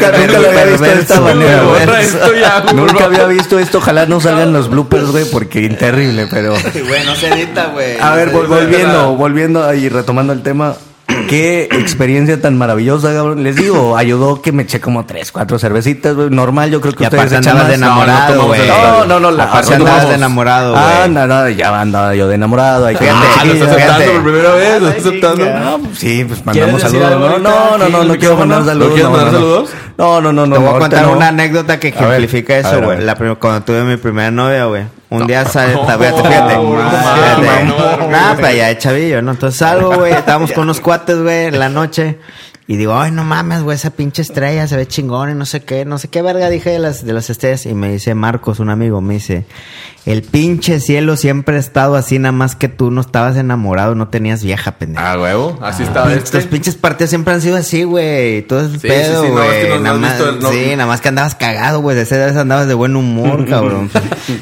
Speaker 1: cabrón. Nunca, nunca lo había visto de esta manera. güey.
Speaker 3: Borra esto ya, güey.
Speaker 1: Nunca había visto esto. Ojalá no salgan los bloopers, güey, porque terrible, pero.
Speaker 7: Güey, no se edita, güey.
Speaker 1: A ver,
Speaker 7: No se
Speaker 1: vol-
Speaker 7: edita.
Speaker 1: volviendo, volviendo y retomando el tema. Qué experiencia tan maravillosa, cabrón. Les digo, ayudó que me eché como tres, cuatro cervecitas, güey. Normal, yo creo que
Speaker 4: Y
Speaker 1: ustedes
Speaker 4: aparte
Speaker 1: echaban-
Speaker 4: andabas de enamorado,
Speaker 1: No, no,
Speaker 4: güey.
Speaker 1: No, no, no. la-
Speaker 4: Aparte
Speaker 1: o sea,
Speaker 4: andabas
Speaker 1: no.
Speaker 4: de enamorado, güey.
Speaker 1: Ah, no, no, ya andaba yo de enamorado. Hay que
Speaker 4: Fíjate,
Speaker 3: Ah, lo estás
Speaker 4: Fíjate.
Speaker 3: aceptando por primera vez, lo estás aceptando.
Speaker 1: No, pues sí, pues mandamos
Speaker 5: ¿Quieres decir
Speaker 1: saludos.
Speaker 5: algo
Speaker 1: No,
Speaker 5: ahorita?
Speaker 1: no, no,
Speaker 5: ¿Quieres
Speaker 1: no, no
Speaker 5: decir
Speaker 1: quiero
Speaker 5: algo?
Speaker 1: mandar
Speaker 5: ¿No
Speaker 1: saludos.
Speaker 3: quieres
Speaker 1: no, no,
Speaker 3: mandar
Speaker 1: no.
Speaker 3: saludos?
Speaker 1: No, no, no, no.
Speaker 4: Te voy a
Speaker 1: ahorita
Speaker 4: contar
Speaker 1: no.
Speaker 4: una anécdota que
Speaker 1: A ver,
Speaker 4: ejemplifica
Speaker 1: a ver,
Speaker 4: eso,
Speaker 1: a
Speaker 4: güey.
Speaker 1: ver.
Speaker 4: La prim- cuando tuve mi primera novia, güey. Un día sale, fíjate, fíjate.
Speaker 3: no,
Speaker 4: Fíjate.
Speaker 3: no, no, no,
Speaker 4: Nada, pero ya de chavillo, ¿no? Entonces salgo, güey, estábamos con unos cuates, güey, en la noche. Y digo, ay, no mames, güey, esa pinche estrella se ve chingón y no sé qué, no sé qué verga dije de las, de las estrellas. Y me dice Marcos, un amigo, me dice, el pinche cielo siempre ha estado así, nada más que tú no estabas enamorado, no tenías vieja, pendejo.
Speaker 3: Ah, huevo, así estaba
Speaker 4: Pin-
Speaker 3: este.
Speaker 4: Tus pinches partidos siempre han sido así, güey. Todo es
Speaker 3: sí,
Speaker 4: pedo,
Speaker 3: sí, no, es que
Speaker 4: güey.
Speaker 3: no- no
Speaker 4: nada
Speaker 3: has
Speaker 4: más,
Speaker 3: visto el- no-
Speaker 4: Sí, nada más que andabas cagado, güey. De esa vez andabas de buen humor, cabrón.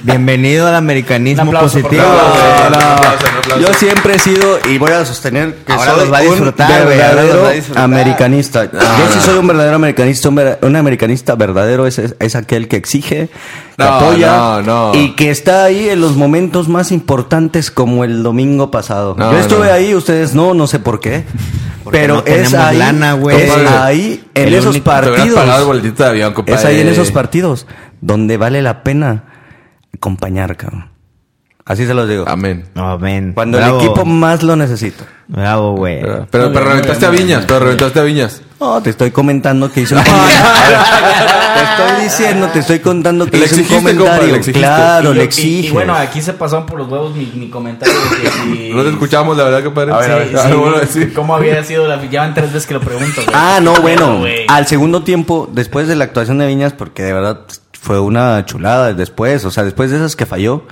Speaker 4: Bienvenido al americanismo
Speaker 5: Un aplauso,
Speaker 4: positivo,
Speaker 3: por favor.
Speaker 4: güey.
Speaker 3: Un aplauso, un
Speaker 1: No,
Speaker 3: aplauso.
Speaker 1: no. Yo siempre he sido, y voy a sostener que
Speaker 4: Ahora
Speaker 1: soy
Speaker 4: los va a disfrutar,
Speaker 1: un
Speaker 4: güey, ahora los
Speaker 1: verdadero
Speaker 4: va a disfrutar. Ah.
Speaker 1: americanista. Yo sí soy un verdadero americanista. Un, ver- un americanista verdadero es, es aquel que exige, que
Speaker 3: No,
Speaker 1: apoya
Speaker 3: no, no.
Speaker 1: y que está ahí en los momentos más importantes como el domingo pasado.
Speaker 3: No,
Speaker 1: Yo estuve
Speaker 3: no.
Speaker 1: ahí, ustedes no, no sé por qué.
Speaker 4: Porque
Speaker 1: Pero
Speaker 4: no
Speaker 1: es
Speaker 4: tenemos
Speaker 1: ahí,
Speaker 4: lana, güey.
Speaker 1: es
Speaker 3: Compadre,
Speaker 1: ahí en
Speaker 3: El
Speaker 1: esos
Speaker 3: único- Te hubieras
Speaker 1: partidos.
Speaker 3: pagado el boletito de avión, compadre.
Speaker 1: Es ahí en esos partidos donde vale la pena acompañar, cabrón. Así se los digo.
Speaker 3: Amén.
Speaker 4: No, ven.
Speaker 1: Cuando
Speaker 4: Bravo.
Speaker 1: el equipo más lo necesita.
Speaker 4: Bravo, güey.
Speaker 3: Pero, pero, reventaste a Viñas, pero reventaste a Viñas.
Speaker 1: No, te estoy comentando que hice un comentario. te estoy diciendo, te estoy contando que
Speaker 3: Le
Speaker 1: hice un
Speaker 3: exigiste, compa,
Speaker 1: comentario.
Speaker 3: le exigiste.
Speaker 1: claro,
Speaker 5: Y-
Speaker 1: le
Speaker 5: y-
Speaker 1: exiges.
Speaker 5: Y, bueno, aquí se pasaron por los huevos mi, mi comentario. de que si-
Speaker 3: No te escuchamos, la verdad, compadre.
Speaker 5: Sí, sí,
Speaker 3: Ah, bueno, sí.
Speaker 5: ¿Cómo había sido la Llevan tres veces que lo pregunto, güey.
Speaker 1: Ah, no, bueno.
Speaker 5: güey.
Speaker 1: Al segundo tiempo, después de la actuación de Viñas, porque de verdad fue una chulada después, o sea, después de esas que falló.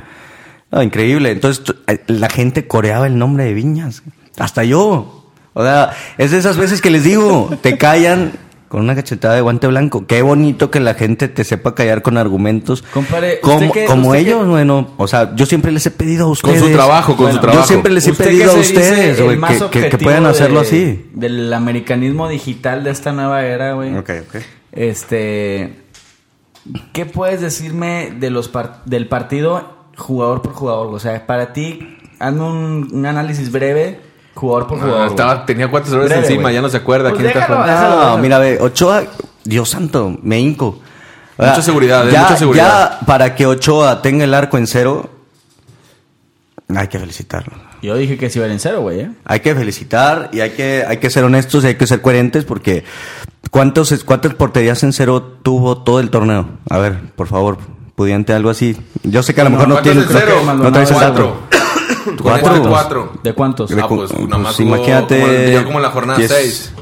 Speaker 1: no, increíble. Entonces tu- eh, la gente coreaba el nombre de Viñas. Hasta yo. O sea, es de esas veces que les digo, te callan con una cachetada de guante blanco. Qué bonito que la gente te sepa callar con argumentos.
Speaker 5: Compadre, ¿usted
Speaker 1: como
Speaker 5: qué-
Speaker 1: como
Speaker 5: usted qué-
Speaker 1: ellos, bueno, o sea, yo siempre les he pedido a
Speaker 3: Con
Speaker 1: ustedes.
Speaker 3: su trabajo, con
Speaker 5: Bueno,
Speaker 3: su trabajo.
Speaker 1: Yo siempre les he
Speaker 5: ¿Usted
Speaker 1: pedido
Speaker 5: qué
Speaker 1: a
Speaker 5: se dice
Speaker 1: ustedes,
Speaker 5: el
Speaker 1: güey,
Speaker 5: más
Speaker 1: que, que- que
Speaker 5: objetivo
Speaker 1: puedan
Speaker 5: de-
Speaker 1: hacerlo así.
Speaker 5: Del americanismo digital de esta nueva era, güey.
Speaker 1: ok.
Speaker 5: Este. ¿Qué puedes decirme de los par- del partido jugador por jugador? güey? O sea, para ti, hazme un, un análisis breve, jugador por
Speaker 3: Ah,
Speaker 5: jugador. güey.
Speaker 3: estaba, tenía cuatro horas
Speaker 5: Breve,
Speaker 3: encima,
Speaker 5: güey.
Speaker 3: ya no se acuerda
Speaker 5: Pues
Speaker 3: quién está
Speaker 5: déjalo,
Speaker 3: jugando.
Speaker 5: déjalo,
Speaker 1: No,
Speaker 5: déjalo.
Speaker 1: mira, ve, Ochoa, Dios santo, me hinco. Ah,
Speaker 3: Mucha seguridad, eh,
Speaker 1: ya,
Speaker 3: mucha seguridad.
Speaker 1: Ya para que Ochoa tenga el arco en cero, hay que felicitarlo.
Speaker 5: Yo dije que si iba en cero, güey, ¿eh?
Speaker 1: Hay que felicitar y hay que, hay que ser honestos y hay que ser coherentes porque ¿cuántos, ¿cuántas porterías en cero tuvo todo el torneo? A ver, por favor, pudiente algo así. Yo sé que a lo mejor no
Speaker 3: ¿Cuántos
Speaker 1: tienes...
Speaker 3: en cero?
Speaker 1: no,
Speaker 5: Maldonado
Speaker 1: traes el
Speaker 3: cuatro.
Speaker 1: dato.
Speaker 3: Con
Speaker 1: Cuatro.
Speaker 3: este Cuatro.
Speaker 5: ¿De cuántos?
Speaker 1: De
Speaker 3: Ah,
Speaker 1: cu-
Speaker 3: pues
Speaker 1: pues,
Speaker 3: nomás
Speaker 1: imagínate,
Speaker 3: Como, como, yo como en la jornada
Speaker 1: diez.
Speaker 3: 6.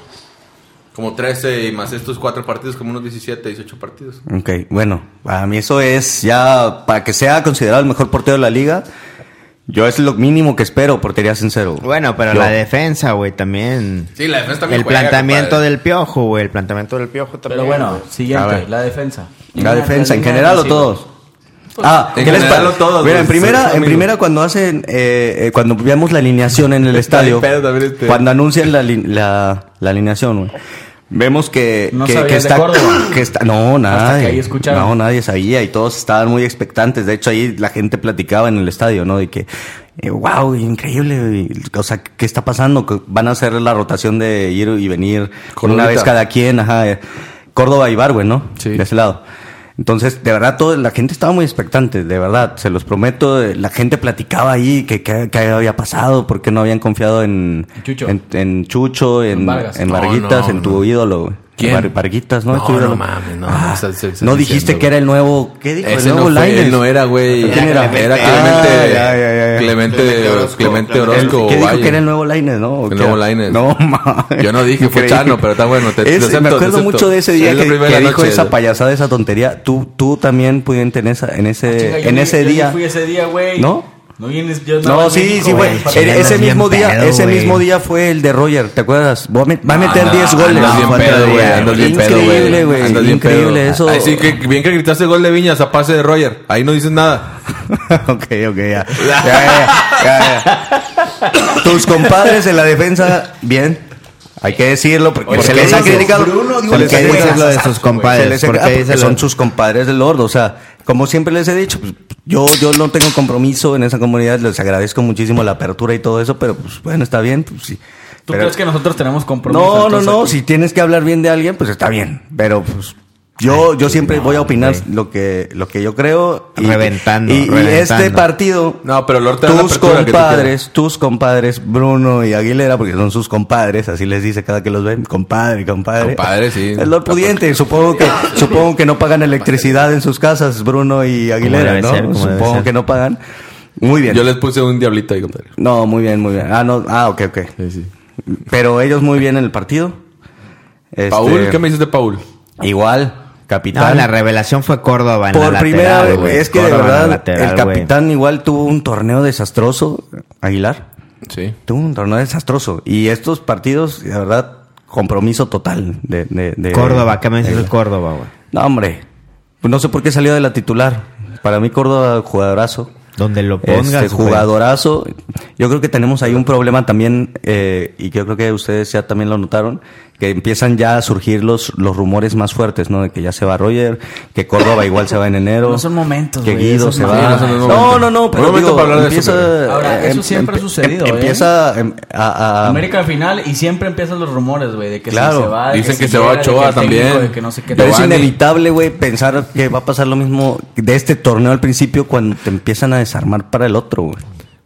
Speaker 3: Como 13 y más estos cuatro partidos, como unos 17, 18 partidos.
Speaker 1: Ok, bueno, para mí eso es ya, para que sea considerado el mejor portero de la liga, yo es lo mínimo que espero, portería sincero.
Speaker 4: Bueno, pero
Speaker 1: Yo.
Speaker 4: la defensa, güey, también.
Speaker 3: Sí, la defensa también
Speaker 4: El
Speaker 3: juega,
Speaker 4: planteamiento
Speaker 3: compadre.
Speaker 4: del piojo, güey. El planteamiento del piojo también.
Speaker 5: Pero bueno,
Speaker 4: güey.
Speaker 1: A
Speaker 5: siguiente,
Speaker 1: ver.
Speaker 5: la defensa.
Speaker 1: La defensa, en
Speaker 5: línea
Speaker 1: general o
Speaker 5: defensiva.
Speaker 1: todos. Ah,
Speaker 3: En
Speaker 1: ¿qué les
Speaker 3: general
Speaker 1: parece?
Speaker 3: o todos,
Speaker 1: Mira, en
Speaker 3: güey, son
Speaker 1: primera, en
Speaker 3: amigos.
Speaker 1: primera cuando hacen, eh, eh, cuando veamos la alineación en el estadio,
Speaker 3: pedo también este.
Speaker 1: cuando anuncian la, ali- la, la alineación, güey, Vemos que,
Speaker 5: No
Speaker 1: que,
Speaker 5: sabías
Speaker 1: que
Speaker 5: de
Speaker 1: está,
Speaker 5: Córdoba.
Speaker 1: que está- no, nadie,
Speaker 5: Hasta que ahí escucharon.
Speaker 1: no, nadie sabía y todos estaban muy expectantes. De hecho, ahí la gente platicaba en el estadio, ¿no? De que, wow, increíble, güey. o sea, ¿qué está pasando? Que Van a hacer la rotación de ir y venir con una
Speaker 3: Corbita.
Speaker 1: vez cada quien, ajá. eh, Córdoba y Barwe, ¿no?
Speaker 3: Sí.
Speaker 1: De ese lado. Entonces, de verdad, todo, la gente estaba muy expectante, de verdad, se los prometo. eh, La gente platicaba ahí que qué qué había pasado, por qué no habían confiado en
Speaker 5: Chucho.
Speaker 1: en, en Chucho, en,
Speaker 5: En Vargas.
Speaker 1: en
Speaker 3: No,
Speaker 1: Varguitas,
Speaker 3: no,
Speaker 1: en
Speaker 3: no.
Speaker 1: tu ídolo, güey.
Speaker 3: ¿Quién?
Speaker 1: Var- Varguitas, ¿no?
Speaker 3: No,
Speaker 1: Tu
Speaker 3: no
Speaker 1: ídolo.
Speaker 3: mames, no,
Speaker 1: Ah,
Speaker 3: estás- estás
Speaker 1: no
Speaker 3: diciendo,
Speaker 1: dijiste que
Speaker 3: güey.
Speaker 1: era el nuevo. ¿Qué dijo?
Speaker 3: Ese
Speaker 1: el
Speaker 3: no
Speaker 1: nuevo
Speaker 3: fue,
Speaker 1: Lainez.
Speaker 3: él no era, güey.
Speaker 1: ¿Quién era?
Speaker 3: Era
Speaker 1: Ah,
Speaker 3: Clemente.
Speaker 1: ya, ya, ya.
Speaker 3: Clemente Orozco. Clemente
Speaker 1: El-
Speaker 3: Orozco.
Speaker 1: ¿Qué dijo
Speaker 3: Valle.
Speaker 1: que era el nuevo Lainez, no? ¿O
Speaker 3: El
Speaker 1: qué
Speaker 3: nuevo
Speaker 1: era?
Speaker 3: Lainez.
Speaker 1: No, mames.
Speaker 3: Yo no dije, fue
Speaker 1: Increíble.
Speaker 3: Chano, pero está bueno, te- te
Speaker 1: Ese-
Speaker 3: acepto,
Speaker 1: me
Speaker 3: te
Speaker 1: acuerdo
Speaker 3: acepto.
Speaker 1: mucho de ese día
Speaker 3: Es la
Speaker 1: que,
Speaker 3: primera
Speaker 1: que dijo
Speaker 3: noche.
Speaker 1: esa payasada, esa tontería. Tú, tú también pudiste en, esa, en ese,
Speaker 5: Ah, Chinga, yo
Speaker 1: Eh, en
Speaker 5: ni-
Speaker 1: ese
Speaker 5: yo ni
Speaker 1: día.
Speaker 5: Fui ese día, güey.
Speaker 1: ¿No?
Speaker 5: No vienes, yo
Speaker 1: No,
Speaker 5: andaba en
Speaker 1: sí,
Speaker 5: México,
Speaker 1: sí, güey.
Speaker 5: güey.
Speaker 4: Chile
Speaker 1: E- Ese
Speaker 4: andas bien
Speaker 1: mismo día,
Speaker 4: pedo,
Speaker 1: ese
Speaker 4: güey.
Speaker 1: mismo día fue el de Roger, ¿te acuerdas? Va a met- va a meter 10 goles.
Speaker 3: Ah, Andas bien
Speaker 4: fue
Speaker 3: pedo,
Speaker 4: otro
Speaker 3: güey.
Speaker 4: día.
Speaker 3: Andas bien pedo, güey.
Speaker 1: Increíble, güey.
Speaker 3: Andas bien pedo.
Speaker 1: Increíble eso.
Speaker 3: Ahí sí que bien que gritaste gol de Viñas a pase de Roger. Ahí no dices nada.
Speaker 1: ok, ok, ya. Ya, ya, ya, ya. Tus compadres en la defensa, bien. Hay que decirlo porque
Speaker 4: ¿por
Speaker 1: se
Speaker 4: qué
Speaker 1: les ha
Speaker 4: dices?
Speaker 1: criticado.
Speaker 4: Bruno dijo
Speaker 1: se
Speaker 4: que
Speaker 1: les ha
Speaker 4: dices
Speaker 1: criticado.
Speaker 4: lo de sus
Speaker 1: Se les ha-
Speaker 4: compadres,
Speaker 1: ah,
Speaker 4: ¿por qué
Speaker 1: porque
Speaker 4: dices lo-
Speaker 1: son sus compadres del Lord. O sea, como siempre les he dicho, pues, yo, yo no tengo compromiso en esa comunidad. Les agradezco muchísimo la apertura y todo eso, pero pues bueno, está bien. Pues, sí.
Speaker 5: ¿Tú
Speaker 1: Pero-
Speaker 5: crees que nosotros tenemos compromiso?
Speaker 1: no, no,
Speaker 5: entonces,
Speaker 1: no.
Speaker 5: aquí?
Speaker 1: Si tienes que hablar bien de alguien, pues está bien. Pero pues yo, yo siempre voy a opinar lo que, lo que yo creo.
Speaker 4: Reventando,
Speaker 1: y- y
Speaker 4: reventando.
Speaker 1: este partido,
Speaker 3: No, pero Lord te da la
Speaker 1: tus
Speaker 3: apertura que tú
Speaker 1: compadres, tus compadres, Bruno y Aguilera, porque son sus compadres, así les dice cada que los ven, compadre, compadre.
Speaker 3: Compadre, sí. pues.
Speaker 1: El Lord pudiente, supongo que, supongo que no pagan electricidad en sus casas, Bruno y Aguilera,
Speaker 4: debe
Speaker 1: ¿no?
Speaker 4: ser, como debe
Speaker 1: supongo
Speaker 4: ser.
Speaker 1: que no pagan. Muy bien.
Speaker 3: Yo les puse un diablito ahí, compadre.
Speaker 1: No, muy bien, muy bien. Ah, no, ah, ok, ok.
Speaker 3: Sí, sí.
Speaker 1: Pero ellos muy bien en el partido. Este,
Speaker 3: Paul, ¿qué me dices de Paul?
Speaker 1: Igual, capitán.
Speaker 4: No, la revelación fue Córdoba en la
Speaker 1: Por primera
Speaker 4: lateral,
Speaker 1: vez,
Speaker 4: güey.
Speaker 1: es que de
Speaker 4: Córdoba en la
Speaker 1: verdad,
Speaker 4: lateral,
Speaker 1: el
Speaker 4: güey.
Speaker 1: capitán igual tuvo un torneo desastroso, Aguilar.
Speaker 3: Sí.
Speaker 1: Tuvo un torneo desastroso. Y estos partidos, de verdad, compromiso total de... de- de-
Speaker 4: Córdoba, ¿qué me dices de
Speaker 1: Aguilar.
Speaker 4: Córdoba, güey?
Speaker 1: No, hombre. Pues no sé por qué salió de la titular. Para mí Córdoba, jugadorazo.
Speaker 4: Donde lo pongas,
Speaker 1: Este,
Speaker 4: güey.
Speaker 1: jugadorazo. Yo creo que tenemos ahí un problema también, eh, y que yo creo que ustedes ya también lo notaron, que empiezan ya a surgir los, los rumores más fuertes, ¿no? De que ya se va Roger, que Córdoba igual se va en enero.
Speaker 2: No son momentos,
Speaker 1: Que
Speaker 2: güey,
Speaker 1: Guido
Speaker 2: esos
Speaker 1: se
Speaker 2: mamadas.
Speaker 1: va.
Speaker 2: Sí, no
Speaker 3: son
Speaker 1: No,
Speaker 3: momentos.
Speaker 1: no,
Speaker 3: No
Speaker 1: no, pero
Speaker 3: momento
Speaker 1: digo,
Speaker 3: para hablar de
Speaker 1: empieza...
Speaker 3: eso, pero-
Speaker 5: Ahora, eso
Speaker 1: em-
Speaker 5: siempre ha
Speaker 1: em- em-
Speaker 5: sucedido, ¿eh?
Speaker 1: Empieza em, a... a-
Speaker 5: América de final y siempre empiezan los rumores, güey, de que si
Speaker 1: Claro.
Speaker 5: se va. de
Speaker 3: Dicen
Speaker 5: si
Speaker 3: que se va
Speaker 5: llega, de
Speaker 3: Ochoa
Speaker 5: que el técnico,
Speaker 3: también.
Speaker 5: de que no sé qué
Speaker 1: Pero es
Speaker 3: Giovanni.
Speaker 1: inevitable, güey, pensar que va a pasar lo mismo de este torneo al principio cuando te empiezan a desarmar para el otro, güey.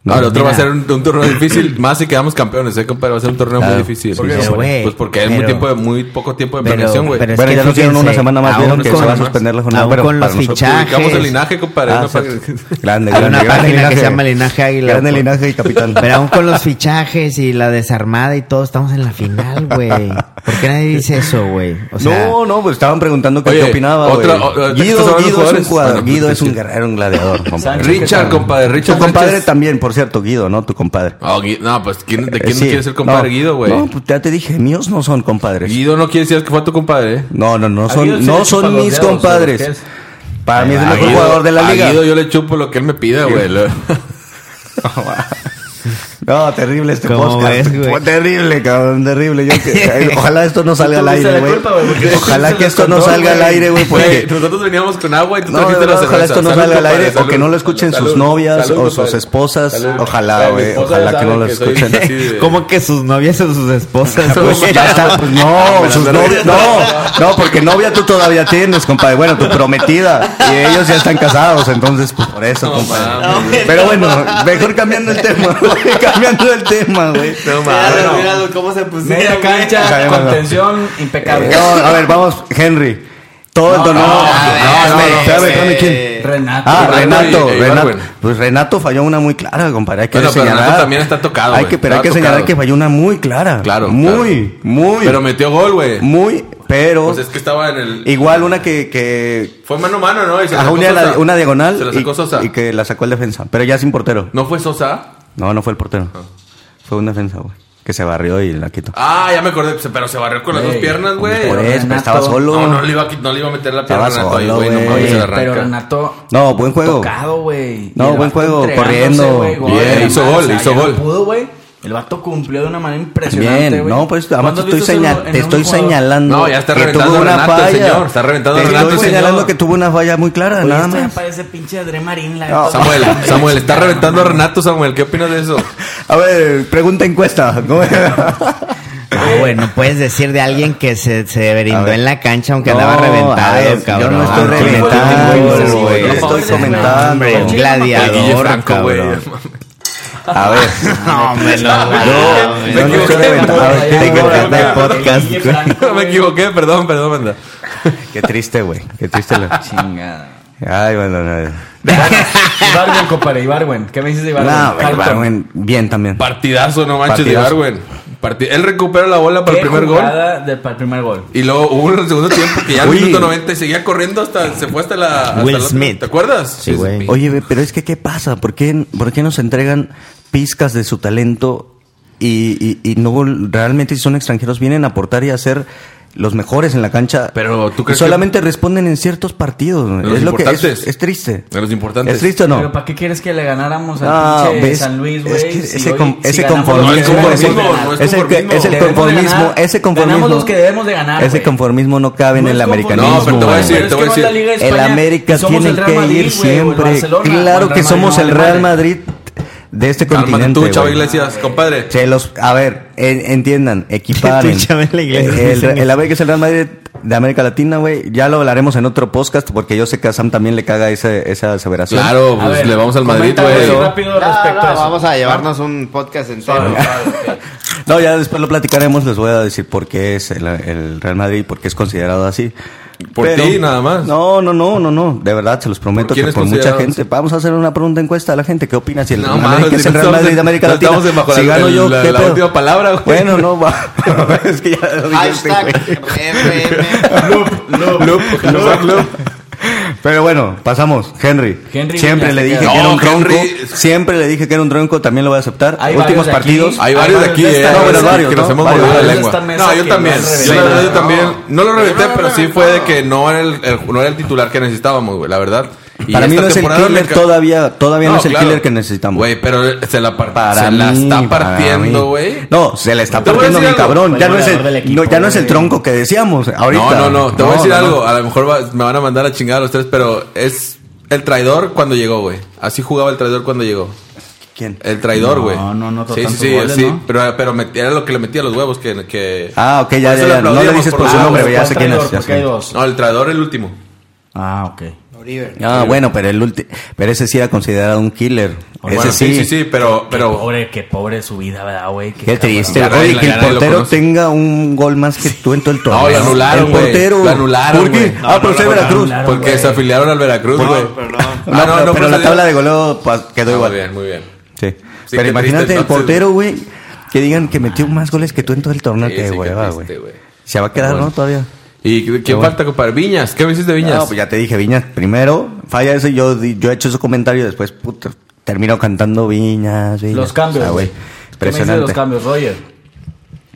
Speaker 3: No, el otro va a
Speaker 1: Mira.
Speaker 3: ser un, un torneo difícil. Más si quedamos campeones, ¿eh, compadre? Va a ser un torneo
Speaker 1: Claro.
Speaker 3: muy difícil.
Speaker 4: ¿Por qué,
Speaker 3: Sí,
Speaker 4: güey?
Speaker 3: Pues porque es muy,
Speaker 4: Pero-
Speaker 3: tiempo de- muy poco tiempo de
Speaker 4: pero-
Speaker 3: planeación, güey.
Speaker 4: pero es
Speaker 1: Bueno,
Speaker 4: que
Speaker 1: ya nos dieron
Speaker 4: fíjense,
Speaker 1: una semana más,
Speaker 4: aún
Speaker 1: vieron que
Speaker 3: con-
Speaker 1: se va a suspender la jornada.
Speaker 4: aún
Speaker 1: Bueno,
Speaker 4: con
Speaker 1: para
Speaker 4: los
Speaker 1: nosotros-
Speaker 4: fichajes.
Speaker 3: pues, Publicamos el linaje, compadre.
Speaker 1: Ah,
Speaker 3: ¿no?
Speaker 1: sí,
Speaker 3: Para-
Speaker 1: Grande,
Speaker 4: Hay una
Speaker 1: grande, grande
Speaker 4: página que
Speaker 1: linaje.
Speaker 4: se llama Linaje Águila.
Speaker 1: Grande
Speaker 4: güey.
Speaker 1: linaje y capitán.
Speaker 4: Pero aún con los fichajes y la desarmada y todo, estamos en la final, güey. ¿Por qué nadie dice eso, güey? O sea,
Speaker 1: no, no, pues estaban preguntando qué,
Speaker 3: Oye,
Speaker 1: qué opinaba, güey.
Speaker 3: otra- o- o- ¿te estás
Speaker 1: Guido,
Speaker 3: hablando de
Speaker 1: Guido es un
Speaker 3: jugadores?
Speaker 1: jugador,
Speaker 3: Bueno,
Speaker 1: Guido
Speaker 3: pues,
Speaker 1: es un
Speaker 3: sí.
Speaker 1: guerrero, un gladiador. compadre.
Speaker 5: Sánchez,
Speaker 3: Richard, compadre. Richard
Speaker 1: Tu compadre
Speaker 3: Sánchez.
Speaker 1: también, por cierto, Guido, ¿no? Tu compadre.
Speaker 3: Ah, Gui- no, pues ¿quién, ¿de quién
Speaker 1: Eh,
Speaker 3: no
Speaker 1: sí.
Speaker 3: quiere ser compadre
Speaker 1: No,
Speaker 3: Guido, güey?
Speaker 1: No, pues ya te dije, míos no son compadres.
Speaker 3: Guido no quiere decir que fue tu compadre, ¿eh?
Speaker 1: No, no, no
Speaker 5: A Guido
Speaker 1: son,
Speaker 5: se le
Speaker 1: no
Speaker 5: chupan
Speaker 1: son
Speaker 5: los
Speaker 1: mis
Speaker 5: dedos, ¿qué
Speaker 1: compadres.
Speaker 5: es?
Speaker 1: Para mí es el
Speaker 3: A
Speaker 1: mejor
Speaker 3: Ah, Guido-
Speaker 1: jugador de la
Speaker 3: a
Speaker 1: liga.
Speaker 3: Guido yo le chupo lo que él me pida, güey. Lo-
Speaker 1: No, terrible este
Speaker 4: ¿Cómo
Speaker 1: podcast.
Speaker 4: ves, güey?
Speaker 1: terrible, cabrón, terrible. Yo que- ojalá esto no salga al
Speaker 5: Tú tuviste
Speaker 1: aire,
Speaker 5: la
Speaker 1: güey.
Speaker 5: culpa, güey, porque
Speaker 1: Ojalá
Speaker 5: se
Speaker 1: que esto no
Speaker 5: descontrol,
Speaker 1: salga al
Speaker 5: güey.
Speaker 1: aire, güey,
Speaker 3: Güey,
Speaker 1: porque
Speaker 3: nosotros veníamos con agua y tú
Speaker 1: No,
Speaker 3: trajiste
Speaker 1: de
Speaker 3: la
Speaker 1: verdad,
Speaker 3: cerveza.
Speaker 1: ojalá esto no
Speaker 3: Salud,
Speaker 1: salga al
Speaker 3: compadre,
Speaker 1: aire o que
Speaker 3: salud.
Speaker 1: no lo escuchen sus
Speaker 3: Salud,
Speaker 1: novias
Speaker 3: salud,
Speaker 1: o sus
Speaker 3: compadre.
Speaker 1: esposas.
Speaker 3: Salud.
Speaker 1: Ojalá,
Speaker 3: Güey, mi
Speaker 1: güey.
Speaker 3: esposa
Speaker 1: Ojalá
Speaker 3: ya
Speaker 1: que no
Speaker 3: sabe
Speaker 1: lo
Speaker 3: que soy
Speaker 1: escuchen.
Speaker 3: así de-
Speaker 4: ¿cómo que sus novias o sus esposas? güey?
Speaker 1: Pues ya está, pues
Speaker 3: Ah,
Speaker 1: no, sus novias, no, no, porque novia tú todavía tienes, compadre. Bueno, tu prometida. Y ellos ya están casados, entonces, pues por eso, compadre. Pero bueno, mejor cambiando el tema, güey. Cambiando el tema, güey.
Speaker 3: No,
Speaker 7: Ya,
Speaker 3: mames.
Speaker 7: míralo, cómo se pusieron.
Speaker 5: Media
Speaker 7: güey.
Speaker 5: cancha,
Speaker 1: Sabemos, ¿no?
Speaker 5: contención impecable.
Speaker 1: No, a ver, vamos, Henry. Todo el torneo.
Speaker 5: no,
Speaker 7: A
Speaker 1: No, no,
Speaker 7: ver,
Speaker 1: no, espérame,
Speaker 7: eh,
Speaker 1: espérame, ¿quién?
Speaker 7: eh,
Speaker 5: Renato.
Speaker 1: Ah,
Speaker 3: Renato
Speaker 1: Renato,
Speaker 3: y- y
Speaker 1: Renato.
Speaker 3: Ibargüen.
Speaker 1: Pues Renato falló una muy clara, compadre. Hay que
Speaker 3: Bueno, pero
Speaker 1: señalar.
Speaker 3: Renato también está tocado,
Speaker 1: Hay
Speaker 3: güey.
Speaker 1: que, pero hay que
Speaker 3: Estaba
Speaker 1: señalar
Speaker 3: tocado.
Speaker 1: que falló una muy clara.
Speaker 3: Claro,
Speaker 1: Muy, muy.
Speaker 3: Pero metió gol, güey.
Speaker 1: muy, pero.
Speaker 3: Pues es que estaba en el...
Speaker 1: Igual una que. que
Speaker 3: Fue mano a mano, ¿no? Y se la
Speaker 1: ajá,
Speaker 3: sacó
Speaker 1: una,
Speaker 3: Sosa.
Speaker 1: una diagonal.
Speaker 3: Se la
Speaker 1: y-
Speaker 3: sacó Sosa.
Speaker 1: y, que la sacó el defensa. Pero ya sin portero.
Speaker 3: ¿No Ah. fue Sosa?
Speaker 1: No, no fue el portero. Fue un defensa, güey. Que se barrió y la quitó.
Speaker 3: Ah, ya me acordé. pues, Pero se barrió con las
Speaker 5: Güey,
Speaker 3: dos piernas, güey.
Speaker 1: Por
Speaker 5: pero
Speaker 1: eso,
Speaker 5: Renato-
Speaker 1: estaba solo.
Speaker 3: No, no le, iba a, qui- no le iba a meter la pierna a
Speaker 1: Estaba
Speaker 3: Renato ahí,
Speaker 1: solo,
Speaker 3: güey. No
Speaker 1: güey.
Speaker 3: mames, se la
Speaker 5: Oye,
Speaker 3: arranca.
Speaker 5: pero Renato.
Speaker 1: No, buen juego.
Speaker 5: Tocado, güey.
Speaker 1: No,
Speaker 5: Y el
Speaker 1: buen
Speaker 5: vato
Speaker 1: juego,
Speaker 5: entregándose,
Speaker 1: corriendo.
Speaker 5: güey, gol,
Speaker 3: Bien,
Speaker 5: hermano,
Speaker 3: hizo gol, hizo
Speaker 5: ya no
Speaker 3: gol.
Speaker 5: pudo, güey. El vato cumplió de una manera impresionante,
Speaker 1: Bien,
Speaker 5: güey.
Speaker 1: no, pues además te
Speaker 5: ¿Cuándo
Speaker 1: estoy,
Speaker 5: has visto
Speaker 1: señal-
Speaker 5: eso en
Speaker 1: te
Speaker 5: un
Speaker 1: estoy
Speaker 5: jugador?
Speaker 1: señalando.
Speaker 3: No, ya está
Speaker 1: que
Speaker 3: reventando
Speaker 1: tuvo
Speaker 3: a
Speaker 1: una
Speaker 3: Renato el
Speaker 1: falla.
Speaker 3: señor, está reventando
Speaker 1: te
Speaker 3: a Renato el
Speaker 1: Estoy
Speaker 3: señor.
Speaker 1: señalando que tuvo una falla muy clara,
Speaker 5: Oye,
Speaker 1: nada
Speaker 5: esto ya
Speaker 1: más.
Speaker 5: parece pinche André Marín, la
Speaker 1: No.
Speaker 5: neta.
Speaker 3: Samuel, Samuel, está reventando a Renato, Samuel. ¿Qué opinas de eso?
Speaker 1: A ver, pregunta encuesta. ¿Cómo era?
Speaker 4: Ah, güey, no puedes decir de alguien que se, se
Speaker 1: A
Speaker 4: brindó
Speaker 1: ver.
Speaker 4: en la cancha aunque
Speaker 1: No,
Speaker 4: andaba
Speaker 1: a
Speaker 4: reventado,
Speaker 1: ver,
Speaker 4: cabrón.
Speaker 1: Yo no estoy
Speaker 4: Ah,
Speaker 5: Qué
Speaker 1: reventando,
Speaker 5: bueno,
Speaker 1: güey.
Speaker 5: güey.
Speaker 1: Yo estoy
Speaker 5: Pobre
Speaker 1: comentando.
Speaker 4: Hombre, un gladiador,
Speaker 3: güey.
Speaker 4: cabrón.
Speaker 1: A ver.
Speaker 4: No, hombre, no,
Speaker 1: Yo, yo no
Speaker 3: equivoqué,
Speaker 1: estoy reventando. A ver,
Speaker 5: me
Speaker 1: tengo
Speaker 5: equivoqué,
Speaker 1: que-
Speaker 5: me
Speaker 1: del
Speaker 5: equivoqué.
Speaker 1: podcast.
Speaker 5: Guille Franco,
Speaker 3: Me
Speaker 5: güey.
Speaker 3: equivoqué, perdón, perdón, anda.
Speaker 1: Qué triste, güey. Qué triste. la-
Speaker 5: Chingada.
Speaker 1: Ay, bueno, no.
Speaker 5: Ibarwen, compadre, Ibarwen. ¿Qué me dices de Ibarwen?
Speaker 1: No, güey,
Speaker 5: Carlton.
Speaker 1: Ibargüen, bien también.
Speaker 3: Partidazo, no manches, de
Speaker 1: Partidazo.
Speaker 3: Darwin. Parti- Él recupera la bola para el
Speaker 5: Qué
Speaker 3: primer gol.
Speaker 5: jugada de- para el primer gol.
Speaker 3: Y luego hubo un segundo tiempo que ya al
Speaker 1: Oye.
Speaker 3: minuto 90 y seguía corriendo hasta se fue hasta la. hasta
Speaker 4: Will
Speaker 3: la otra.
Speaker 4: Smith.
Speaker 3: ¿Te acuerdas?
Speaker 4: Sí, güey.
Speaker 1: Oye, ve, pero es que ¿qué pasa? ¿Por qué, por qué nos entregan pizcas de su talento y, y- y no vol- realmente si son extranjeros vienen a aportar y a ser los mejores en la cancha?
Speaker 3: Pero, ¿tú
Speaker 1: y
Speaker 3: crees
Speaker 1: solamente responden en ciertos partidos. güey.
Speaker 3: De los
Speaker 1: Es lo que es,
Speaker 3: importantes.
Speaker 1: es triste.
Speaker 3: De los importantes.
Speaker 1: ¿Es triste o
Speaker 5: Pero
Speaker 1: no?
Speaker 5: ¿para qué quieres que le ganáramos al
Speaker 1: Ah,
Speaker 5: pinche
Speaker 1: ves,
Speaker 5: San Luis, güey?
Speaker 1: es que ese
Speaker 5: hoy-
Speaker 1: con- ese
Speaker 5: ganamos
Speaker 1: conformismo,
Speaker 5: los que
Speaker 3: no es
Speaker 5: debemos de
Speaker 3: conformismo,
Speaker 5: ganar.
Speaker 3: no es
Speaker 1: Es el, que-
Speaker 3: conformismo.
Speaker 1: es el
Speaker 5: Debemos de
Speaker 1: conformismo,
Speaker 5: ganar.
Speaker 1: ese
Speaker 5: Ganamos
Speaker 1: conformismo.
Speaker 5: los que debemos de ganar,
Speaker 1: Ese
Speaker 5: güey.
Speaker 1: conformismo no cabe en el americanismo.
Speaker 3: No, pero te voy a
Speaker 1: güey.
Speaker 3: decir, te voy a
Speaker 5: Pero es que no es la
Speaker 3: decir,
Speaker 5: Liga de
Speaker 1: el
Speaker 5: España
Speaker 1: América
Speaker 5: y somos
Speaker 1: tiene
Speaker 5: el Real
Speaker 1: que
Speaker 5: Madrid,
Speaker 1: ir
Speaker 5: güey, o el
Speaker 1: siempre.
Speaker 5: Barcelona, o el
Speaker 1: Claro
Speaker 5: Real
Speaker 1: que somos
Speaker 5: Madrid,
Speaker 1: el
Speaker 5: no vale
Speaker 1: Real
Speaker 5: madre.
Speaker 1: Madrid de este
Speaker 3: Cálmate
Speaker 1: continente.
Speaker 3: tú, Chava
Speaker 1: güey.
Speaker 3: Iglesias, compadre.
Speaker 1: Se los, a ver, en- entiendan, equiparen.
Speaker 4: Tú, Chava Iglesias.
Speaker 1: el, el América es el Real Madrid de América Latina, güey. Ya lo hablaremos en otro podcast porque yo sé que a Sam también le caga ese- esa aseveración.
Speaker 3: Claro,
Speaker 5: A
Speaker 3: pues
Speaker 5: ver,
Speaker 3: le vamos al Madrid,
Speaker 5: comenta
Speaker 3: güey.
Speaker 5: algo rápido
Speaker 7: No,
Speaker 5: respecto
Speaker 7: no,
Speaker 5: a eso.
Speaker 7: vamos a llevarnos un podcast entero.
Speaker 1: No, ya después lo platicaremos, les voy a decir por qué es el, el Real Madrid, por qué es considerado así.
Speaker 3: Por ti, nada más.
Speaker 1: No, no, no, no, no. De verdad, se los prometo
Speaker 3: ¿Por
Speaker 1: que
Speaker 3: quién es
Speaker 1: por mucha
Speaker 3: considerado
Speaker 1: gente. Vamos a hacer una pregunta encuesta a la gente. ¿Qué opina si el
Speaker 3: No,
Speaker 1: Real
Speaker 3: mames,
Speaker 1: Madrid
Speaker 3: si
Speaker 1: es
Speaker 3: no
Speaker 1: el Real
Speaker 3: estamos
Speaker 1: Madrid
Speaker 3: en-
Speaker 1: de América
Speaker 3: no
Speaker 1: Latina?
Speaker 3: estamos en bajo la-
Speaker 1: si gano
Speaker 3: el-
Speaker 1: yo,
Speaker 3: la-
Speaker 1: ¿qué
Speaker 3: la
Speaker 1: pedo?
Speaker 3: última palabra, güey.
Speaker 1: Bueno, no, va. es que ya lo dijiste,
Speaker 7: Hashtag
Speaker 1: güey.
Speaker 7: RM.
Speaker 3: Loop, loop, loop.
Speaker 1: Pero bueno, pasamos. Henry.
Speaker 5: Henry
Speaker 1: siempre
Speaker 5: ya
Speaker 1: le
Speaker 5: se
Speaker 1: dije
Speaker 5: queda.
Speaker 1: que era un
Speaker 3: No, Henry.
Speaker 1: tronco. Siempre le dije que era un tronco, también lo voy a aceptar.
Speaker 5: Hay varios
Speaker 1: Últimos
Speaker 5: de aquí.
Speaker 1: partidos.
Speaker 3: Hay varios de aquí,
Speaker 5: de esta
Speaker 3: eh,
Speaker 1: mesa,
Speaker 3: bueno,
Speaker 1: varios,
Speaker 3: que nos
Speaker 1: ¿no?
Speaker 3: hemos
Speaker 1: Varios
Speaker 3: mordido
Speaker 5: de
Speaker 3: la
Speaker 5: esta
Speaker 3: lengua.
Speaker 5: mesa
Speaker 3: No, yo
Speaker 5: que
Speaker 3: también.
Speaker 5: lo han
Speaker 3: Yo la verdad yo
Speaker 5: reventado.
Speaker 3: también. No lo reventé, pero sí fue de que no era el, el- no era el titular que necesitábamos, güey, la verdad. Y
Speaker 1: Para mí
Speaker 3: esta
Speaker 1: no es el
Speaker 3: temporada
Speaker 1: killer
Speaker 3: me ca-
Speaker 1: todavía, todavía no, es el
Speaker 3: claro.
Speaker 1: killer que necesitamos.
Speaker 3: Güey, pero se la, par-
Speaker 1: Para
Speaker 3: se la
Speaker 1: mí,
Speaker 3: está
Speaker 1: para
Speaker 3: partiendo,
Speaker 1: mí.
Speaker 3: güey.
Speaker 1: No, se la está
Speaker 3: Te voy a
Speaker 1: partiendo
Speaker 3: decir
Speaker 1: mi
Speaker 3: algo.
Speaker 1: cabrón. Ya no, es
Speaker 5: Fue el
Speaker 1: el,
Speaker 5: equipo,
Speaker 1: no, ya no es el
Speaker 5: güey.
Speaker 1: tronco que decíamos eh, ahorita.
Speaker 3: No, no, no. Te voy a decir
Speaker 1: no,
Speaker 3: algo.
Speaker 1: no.
Speaker 3: A lo mejor va- me van a mandar a chingar a los tres, pero es el traidor cuando llegó, güey. Así jugaba el traidor cuando llegó.
Speaker 1: ¿Quién?
Speaker 3: El traidor,
Speaker 5: No,
Speaker 3: güey.
Speaker 5: no, no,
Speaker 3: Sí, sí,
Speaker 5: tantos
Speaker 3: sí,
Speaker 5: goles,
Speaker 3: sí.
Speaker 5: ¿no?
Speaker 3: Pero, pero met- era lo que le metía los huevos que... que-
Speaker 1: Ah, ok, ya,
Speaker 3: Por
Speaker 1: ya, ya. Pues No
Speaker 3: eso
Speaker 1: le
Speaker 3: aplaudíamos
Speaker 1: dices por su
Speaker 5: Ah,
Speaker 3: los
Speaker 1: nombre,
Speaker 3: huevos.
Speaker 1: ya sé quién
Speaker 5: traidor,
Speaker 1: es. ya
Speaker 5: porque
Speaker 1: sé.
Speaker 5: hay dos.
Speaker 3: No, el traidor el último.
Speaker 5: Ah, ok.
Speaker 7: Oribe.
Speaker 1: Ah, bueno, pero el ulti- pero ese sí era considerado un killer.
Speaker 3: Pues Bueno,
Speaker 1: ese
Speaker 3: sí, sí, sí, pero... pero
Speaker 5: Pobre, qué pobre su vida, ¿verdad, güey?
Speaker 1: Qué triste.
Speaker 3: Ya nadie-
Speaker 1: Oye, que
Speaker 3: ya
Speaker 1: el
Speaker 3: nadie lo
Speaker 1: portero
Speaker 3: conoce.
Speaker 1: tenga un gol más que tú en todo el torneo.
Speaker 3: No, lo anularon,
Speaker 1: El
Speaker 3: güey.
Speaker 1: portero.
Speaker 3: Lo anularon,
Speaker 1: ¿Por qué?
Speaker 3: güey.
Speaker 1: ah, pero soy de Veracruz.
Speaker 5: anularon.
Speaker 3: porque
Speaker 5: güey.
Speaker 3: se afiliaron al Veracruz, güey. Ah,
Speaker 7: No, pero no.
Speaker 1: No, pero, pero la tabla de goleo pues, quedó
Speaker 3: Muy
Speaker 1: igual.
Speaker 3: pues Ah, bien, muy bien.
Speaker 1: Sí.
Speaker 3: Sí,
Speaker 1: pero
Speaker 3: qué
Speaker 1: imagínate
Speaker 3: triste,
Speaker 1: el
Speaker 3: entonces,
Speaker 1: portero, güey, que digan que metió más goles que tú en todo el torneo.
Speaker 3: Sí,
Speaker 1: qué
Speaker 3: sí, qué
Speaker 1: hueva,
Speaker 3: triste,
Speaker 1: güey.
Speaker 3: güey.
Speaker 1: Se va a quedar,
Speaker 3: Bueno.
Speaker 1: ¿no? Todavía.
Speaker 3: ¿Y quién
Speaker 1: Qué bueno.
Speaker 3: falta, compadre? Viñas. ¿Qué me hiciste, Viñas?
Speaker 1: No, pues ya te dije, Viñas, primero, falla eso, yo, di- yo he hecho ese comentario y después, puta, termino cantando Viñas, Viñas.
Speaker 5: Los cambios.
Speaker 1: O sea, Ah, güey,
Speaker 5: ¿Qué me dices de los
Speaker 1: Impresionante.
Speaker 5: cambios, Roger?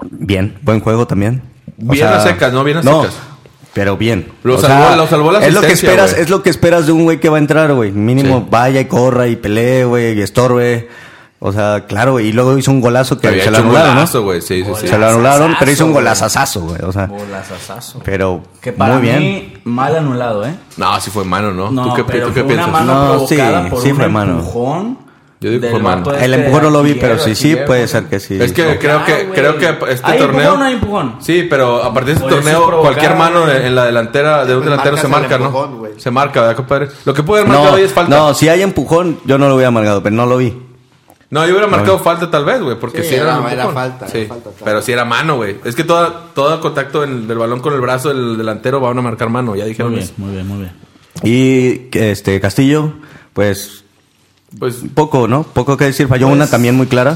Speaker 1: Bien, buen juego también. O
Speaker 3: Bien a secas, ¿no? Bien a secas.
Speaker 1: Pero bien.
Speaker 3: Lo salvó- lo salvó la
Speaker 1: es lo que
Speaker 3: asistencia,
Speaker 1: esperas,
Speaker 3: güey.
Speaker 1: es lo que esperas de un güey que va a entrar, güey. Mínimo
Speaker 3: Sí.
Speaker 1: vaya y corra y pelee, güey, y estorbe. O sea, claro, güey, y luego hizo un golazo que
Speaker 3: Había
Speaker 1: se lo
Speaker 3: hecho un
Speaker 1: anularon, ¿no?
Speaker 3: golazo, güey. Sí, sí, sí.
Speaker 1: Se lo anularon, pero hizo un
Speaker 5: güey.
Speaker 1: golazazazo, güey. O sea,
Speaker 5: Golazazazo.
Speaker 1: pero
Speaker 5: Que para
Speaker 1: muy bien.
Speaker 5: mí, mal anulado, ¿eh?
Speaker 3: No, sí fue mano, ¿no?
Speaker 5: No,
Speaker 3: ¿Tú qué,
Speaker 5: pero
Speaker 3: tú qué
Speaker 5: fue una
Speaker 3: piensas?
Speaker 5: mano
Speaker 1: No,
Speaker 5: provocada
Speaker 1: sí,
Speaker 5: por
Speaker 1: sí
Speaker 5: un
Speaker 1: fue mano.
Speaker 5: empujón.
Speaker 3: Yo digo que
Speaker 5: del
Speaker 3: fue mano.
Speaker 5: vato
Speaker 1: El
Speaker 5: este
Speaker 1: empujón no lo vi,
Speaker 5: arquero,
Speaker 1: pero sí, sí,
Speaker 5: arquero.
Speaker 1: puede ser que sí.
Speaker 3: Es que
Speaker 1: No.
Speaker 3: creo que
Speaker 5: güey.
Speaker 3: creo que este
Speaker 5: ¿Hay
Speaker 3: torneo.
Speaker 5: empujón o no hay empujón?
Speaker 3: Sí, pero a partir de este
Speaker 5: Pues eso es
Speaker 3: torneo,
Speaker 5: provocar,
Speaker 3: cualquier mano
Speaker 5: güey.
Speaker 3: en la delantera
Speaker 1: Pues
Speaker 3: de un delantero se
Speaker 7: marcas
Speaker 3: marca,
Speaker 7: el
Speaker 3: ¿no?
Speaker 7: empujón, güey.
Speaker 3: se marca, ¿verdad, compadre? Lo que pude haber marcado
Speaker 1: No,
Speaker 3: ahí es falta.
Speaker 1: no,
Speaker 3: No,
Speaker 1: si hay empujón, yo no lo hubiera marcado, pero no lo vi.
Speaker 3: yo hubiera marcado falta tal vez, güey, porque
Speaker 7: Sí,
Speaker 3: si era.
Speaker 7: era-
Speaker 3: un
Speaker 7: era
Speaker 3: empujón.
Speaker 7: falta, era
Speaker 3: Sí,
Speaker 7: falta, claro.
Speaker 3: Pero si era mano, güey. Es que todo, todo contacto en- del balón con el brazo del delantero van a marcar mano, ya
Speaker 5: Muy
Speaker 3: dijeron
Speaker 5: bien,
Speaker 3: eso.
Speaker 5: muy bien, muy bien.
Speaker 1: Y este Castillo, pues
Speaker 3: Pues
Speaker 1: poco, ¿no? Poco que decir, falló
Speaker 5: Pues,
Speaker 1: una también muy clara.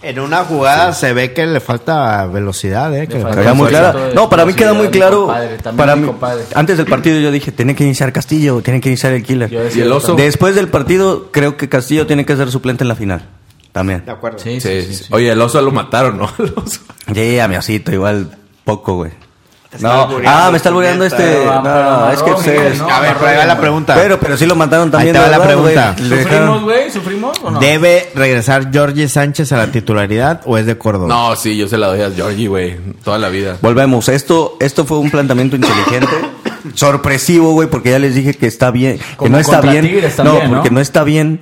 Speaker 7: En una jugada se ve que le falta velocidad, ¿eh? Que le
Speaker 5: falta-
Speaker 7: falta-
Speaker 1: Queda muy
Speaker 5: Concepto
Speaker 1: clara.
Speaker 5: de
Speaker 1: No, para mí queda muy
Speaker 5: velocidad, mi
Speaker 1: claro.
Speaker 5: compadre, también
Speaker 1: Para
Speaker 5: mi
Speaker 1: mí,
Speaker 5: compadre.
Speaker 1: antes del partido yo dije, tiene que iniciar Castillo, tiene que iniciar el killer.
Speaker 5: Yo
Speaker 3: y
Speaker 5: decía-
Speaker 3: el oso.
Speaker 1: Después del partido, creo que Castillo tiene que ser suplente en la final. También.
Speaker 7: De acuerdo.
Speaker 5: Sí,
Speaker 3: Sí,
Speaker 5: sí,
Speaker 3: sí.
Speaker 5: sí,
Speaker 3: Oye, el oso lo mataron, ¿no? El oso.
Speaker 1: Sí, a mi osito, igual poco, güey. No,
Speaker 7: estás
Speaker 1: ah, me está albureando
Speaker 7: puñeta.
Speaker 1: este.
Speaker 5: Pero,
Speaker 1: No,
Speaker 5: pero
Speaker 1: no, es que
Speaker 5: amarró,
Speaker 1: se-
Speaker 5: Miguel, ¿no?
Speaker 7: A ver, pero ahí va la pregunta.
Speaker 1: Pero, pero sí lo mataron también.
Speaker 7: Ahí te va
Speaker 1: de
Speaker 7: la
Speaker 1: verdad, güey.
Speaker 7: pregunta.
Speaker 1: Le
Speaker 5: ¿Sufrimos,
Speaker 1: dejaron-
Speaker 5: güey? ¿Sufrimos o no?
Speaker 7: ¿Debe regresar Jorge Sánchez a la titularidad o es de
Speaker 1: Oh.
Speaker 7: Córdoba?
Speaker 3: No, sí, yo se la doy a Georgie, güey. Toda la vida.
Speaker 1: Volvemos. Esto, esto fue un planteamiento inteligente, sorpresivo, güey, porque ya les dije que está bien, que
Speaker 5: Como
Speaker 1: no está
Speaker 5: contra
Speaker 1: bien,
Speaker 5: Tigres
Speaker 1: no,
Speaker 5: también, ¿no?
Speaker 1: porque no está bien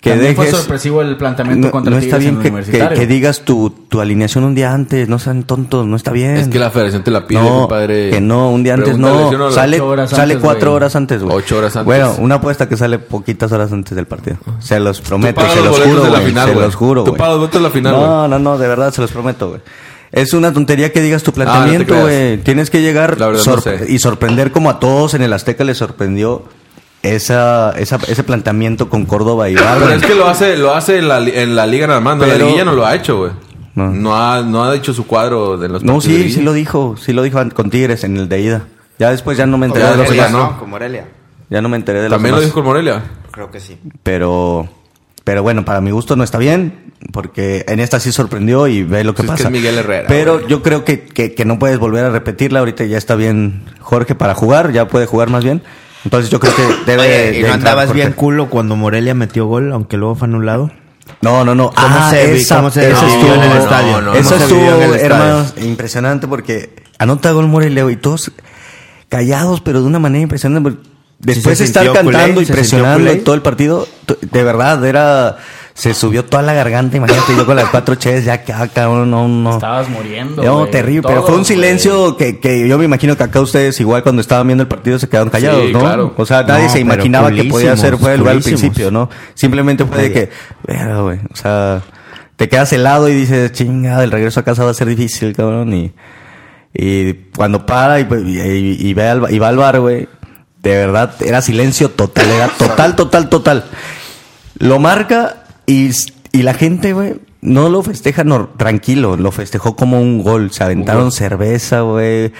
Speaker 1: que
Speaker 5: También fue
Speaker 1: dejes.
Speaker 5: sorpresivo el planteamiento
Speaker 1: No,
Speaker 5: contra
Speaker 1: no
Speaker 5: Tigres
Speaker 1: está bien
Speaker 5: en el
Speaker 1: que, que,
Speaker 5: universitario.
Speaker 1: que digas tu, tu alineación un día antes, no sean tontos, no está bien.
Speaker 3: Es que la federación te la pide,
Speaker 1: no,
Speaker 3: compadre.
Speaker 1: Que no, un día antes
Speaker 3: Pregúntale si uno a
Speaker 1: no.
Speaker 3: las
Speaker 1: Sale,
Speaker 5: ocho horas
Speaker 1: sale
Speaker 5: antes,
Speaker 1: cuatro
Speaker 5: güey.
Speaker 1: horas antes, güey.
Speaker 3: Ocho horas antes.
Speaker 1: Bueno, una apuesta que sale poquitas horas antes del partido. Se los prometo,
Speaker 3: pagas
Speaker 1: se
Speaker 3: los
Speaker 1: los
Speaker 3: boletos
Speaker 1: juro,
Speaker 3: de la
Speaker 1: güey,
Speaker 3: final,
Speaker 1: Se
Speaker 3: güey.
Speaker 1: los juro,
Speaker 3: Tú
Speaker 1: güey.
Speaker 3: pagas los boletos de la final,
Speaker 1: No,
Speaker 3: güey.
Speaker 1: no, no, de verdad se los prometo, güey. Es una tontería que digas tu
Speaker 3: Ah, no te
Speaker 1: planteamiento,
Speaker 3: creas.
Speaker 1: güey. Tienes que llegar
Speaker 3: La verdad, no
Speaker 1: sorpre-
Speaker 3: sé.
Speaker 1: y sorprender como a todos en el Azteca les sorprendió esa, esa, ese planteamiento con Córdoba y Barra.
Speaker 3: Pero es que lo hace, lo hace en la, li- en la liga nada más, no, la
Speaker 1: Pero-
Speaker 3: liguilla no lo ha hecho, güey.
Speaker 1: no.
Speaker 3: No ha, no ha hecho su cuadro de los
Speaker 1: No,
Speaker 3: partidos de
Speaker 1: sí,
Speaker 3: ida.
Speaker 1: sí lo dijo. Sí lo dijo an- con Tigres en el de ida. Ya después ya no me enteré
Speaker 3: Ya
Speaker 1: de los
Speaker 3: después
Speaker 1: demás.
Speaker 3: ya no.
Speaker 7: Con Morelia.
Speaker 1: Ya no me enteré de los
Speaker 3: También lo
Speaker 1: demás.
Speaker 3: dijo con Morelia.
Speaker 7: Creo que sí.
Speaker 1: Pero, pero bueno, para mi gusto no está bien, porque en esta sí sorprendió y ve lo que
Speaker 3: Sí, es que
Speaker 1: pasa.
Speaker 3: es Miguel Herrera,
Speaker 1: Pero yo creo que, que, que no puedes volver a repetirla. Ahorita ya está bien Jorge para jugar, ya puede jugar más bien. Entonces yo creo que debe.
Speaker 7: Oye,
Speaker 1: de
Speaker 7: ¿y no
Speaker 1: entrar
Speaker 7: andabas
Speaker 1: Jorge.
Speaker 7: bien culo cuando Morelia metió gol, aunque luego fue anulado?
Speaker 1: No, no, no.
Speaker 7: ¿Cómo
Speaker 1: Ah,
Speaker 7: se vi-
Speaker 1: esa,
Speaker 7: cómo se
Speaker 1: esa
Speaker 7: vivió
Speaker 1: estuvo
Speaker 7: en el
Speaker 1: no,
Speaker 7: estadio?
Speaker 1: no,
Speaker 7: ¿Cómo
Speaker 1: esa
Speaker 7: se
Speaker 1: estuvo,
Speaker 7: vivió en el estadio?
Speaker 1: hermanos, impresionante porque anota gol Moreleo y todos callados, pero de una manera impresionante. porque Después
Speaker 7: se
Speaker 1: de estar
Speaker 7: sintió culé,
Speaker 1: cantando y
Speaker 7: se sintió
Speaker 1: presionando
Speaker 7: culé.
Speaker 1: todo el partido, t- de verdad, era. Se subió toda la garganta, imagínate, yo con las cuatro ches, ya que, ah, cabrón, no, no.
Speaker 5: Estabas muriendo.
Speaker 1: No,
Speaker 5: güey.
Speaker 1: terrible, pero
Speaker 5: Todos,
Speaker 1: fue un
Speaker 5: güey.
Speaker 1: silencio que, que yo me imagino que acá ustedes igual cuando estaban viendo el partido se quedaron callados,
Speaker 3: Sí,
Speaker 1: ¿no?
Speaker 3: claro.
Speaker 1: O sea, nadie
Speaker 7: No,
Speaker 1: se
Speaker 7: pero
Speaker 1: imaginaba que podía ser fuera de lugar al
Speaker 7: culísimos,
Speaker 1: principio, ¿no? Simplemente fue de que, verga, güey, o sea, te quedas helado y dices, chinga, el regreso a casa va a ser difícil, cabrón, y, y cuando para y, pues, y- y- y ve al- y va al bar, güey, de verdad era silencio total, era total, total, total. Lo marca y, s- y la gente, güey, no lo festeja nor- tranquilo, lo festejó como un gol. Se aventaron cerveza, güey.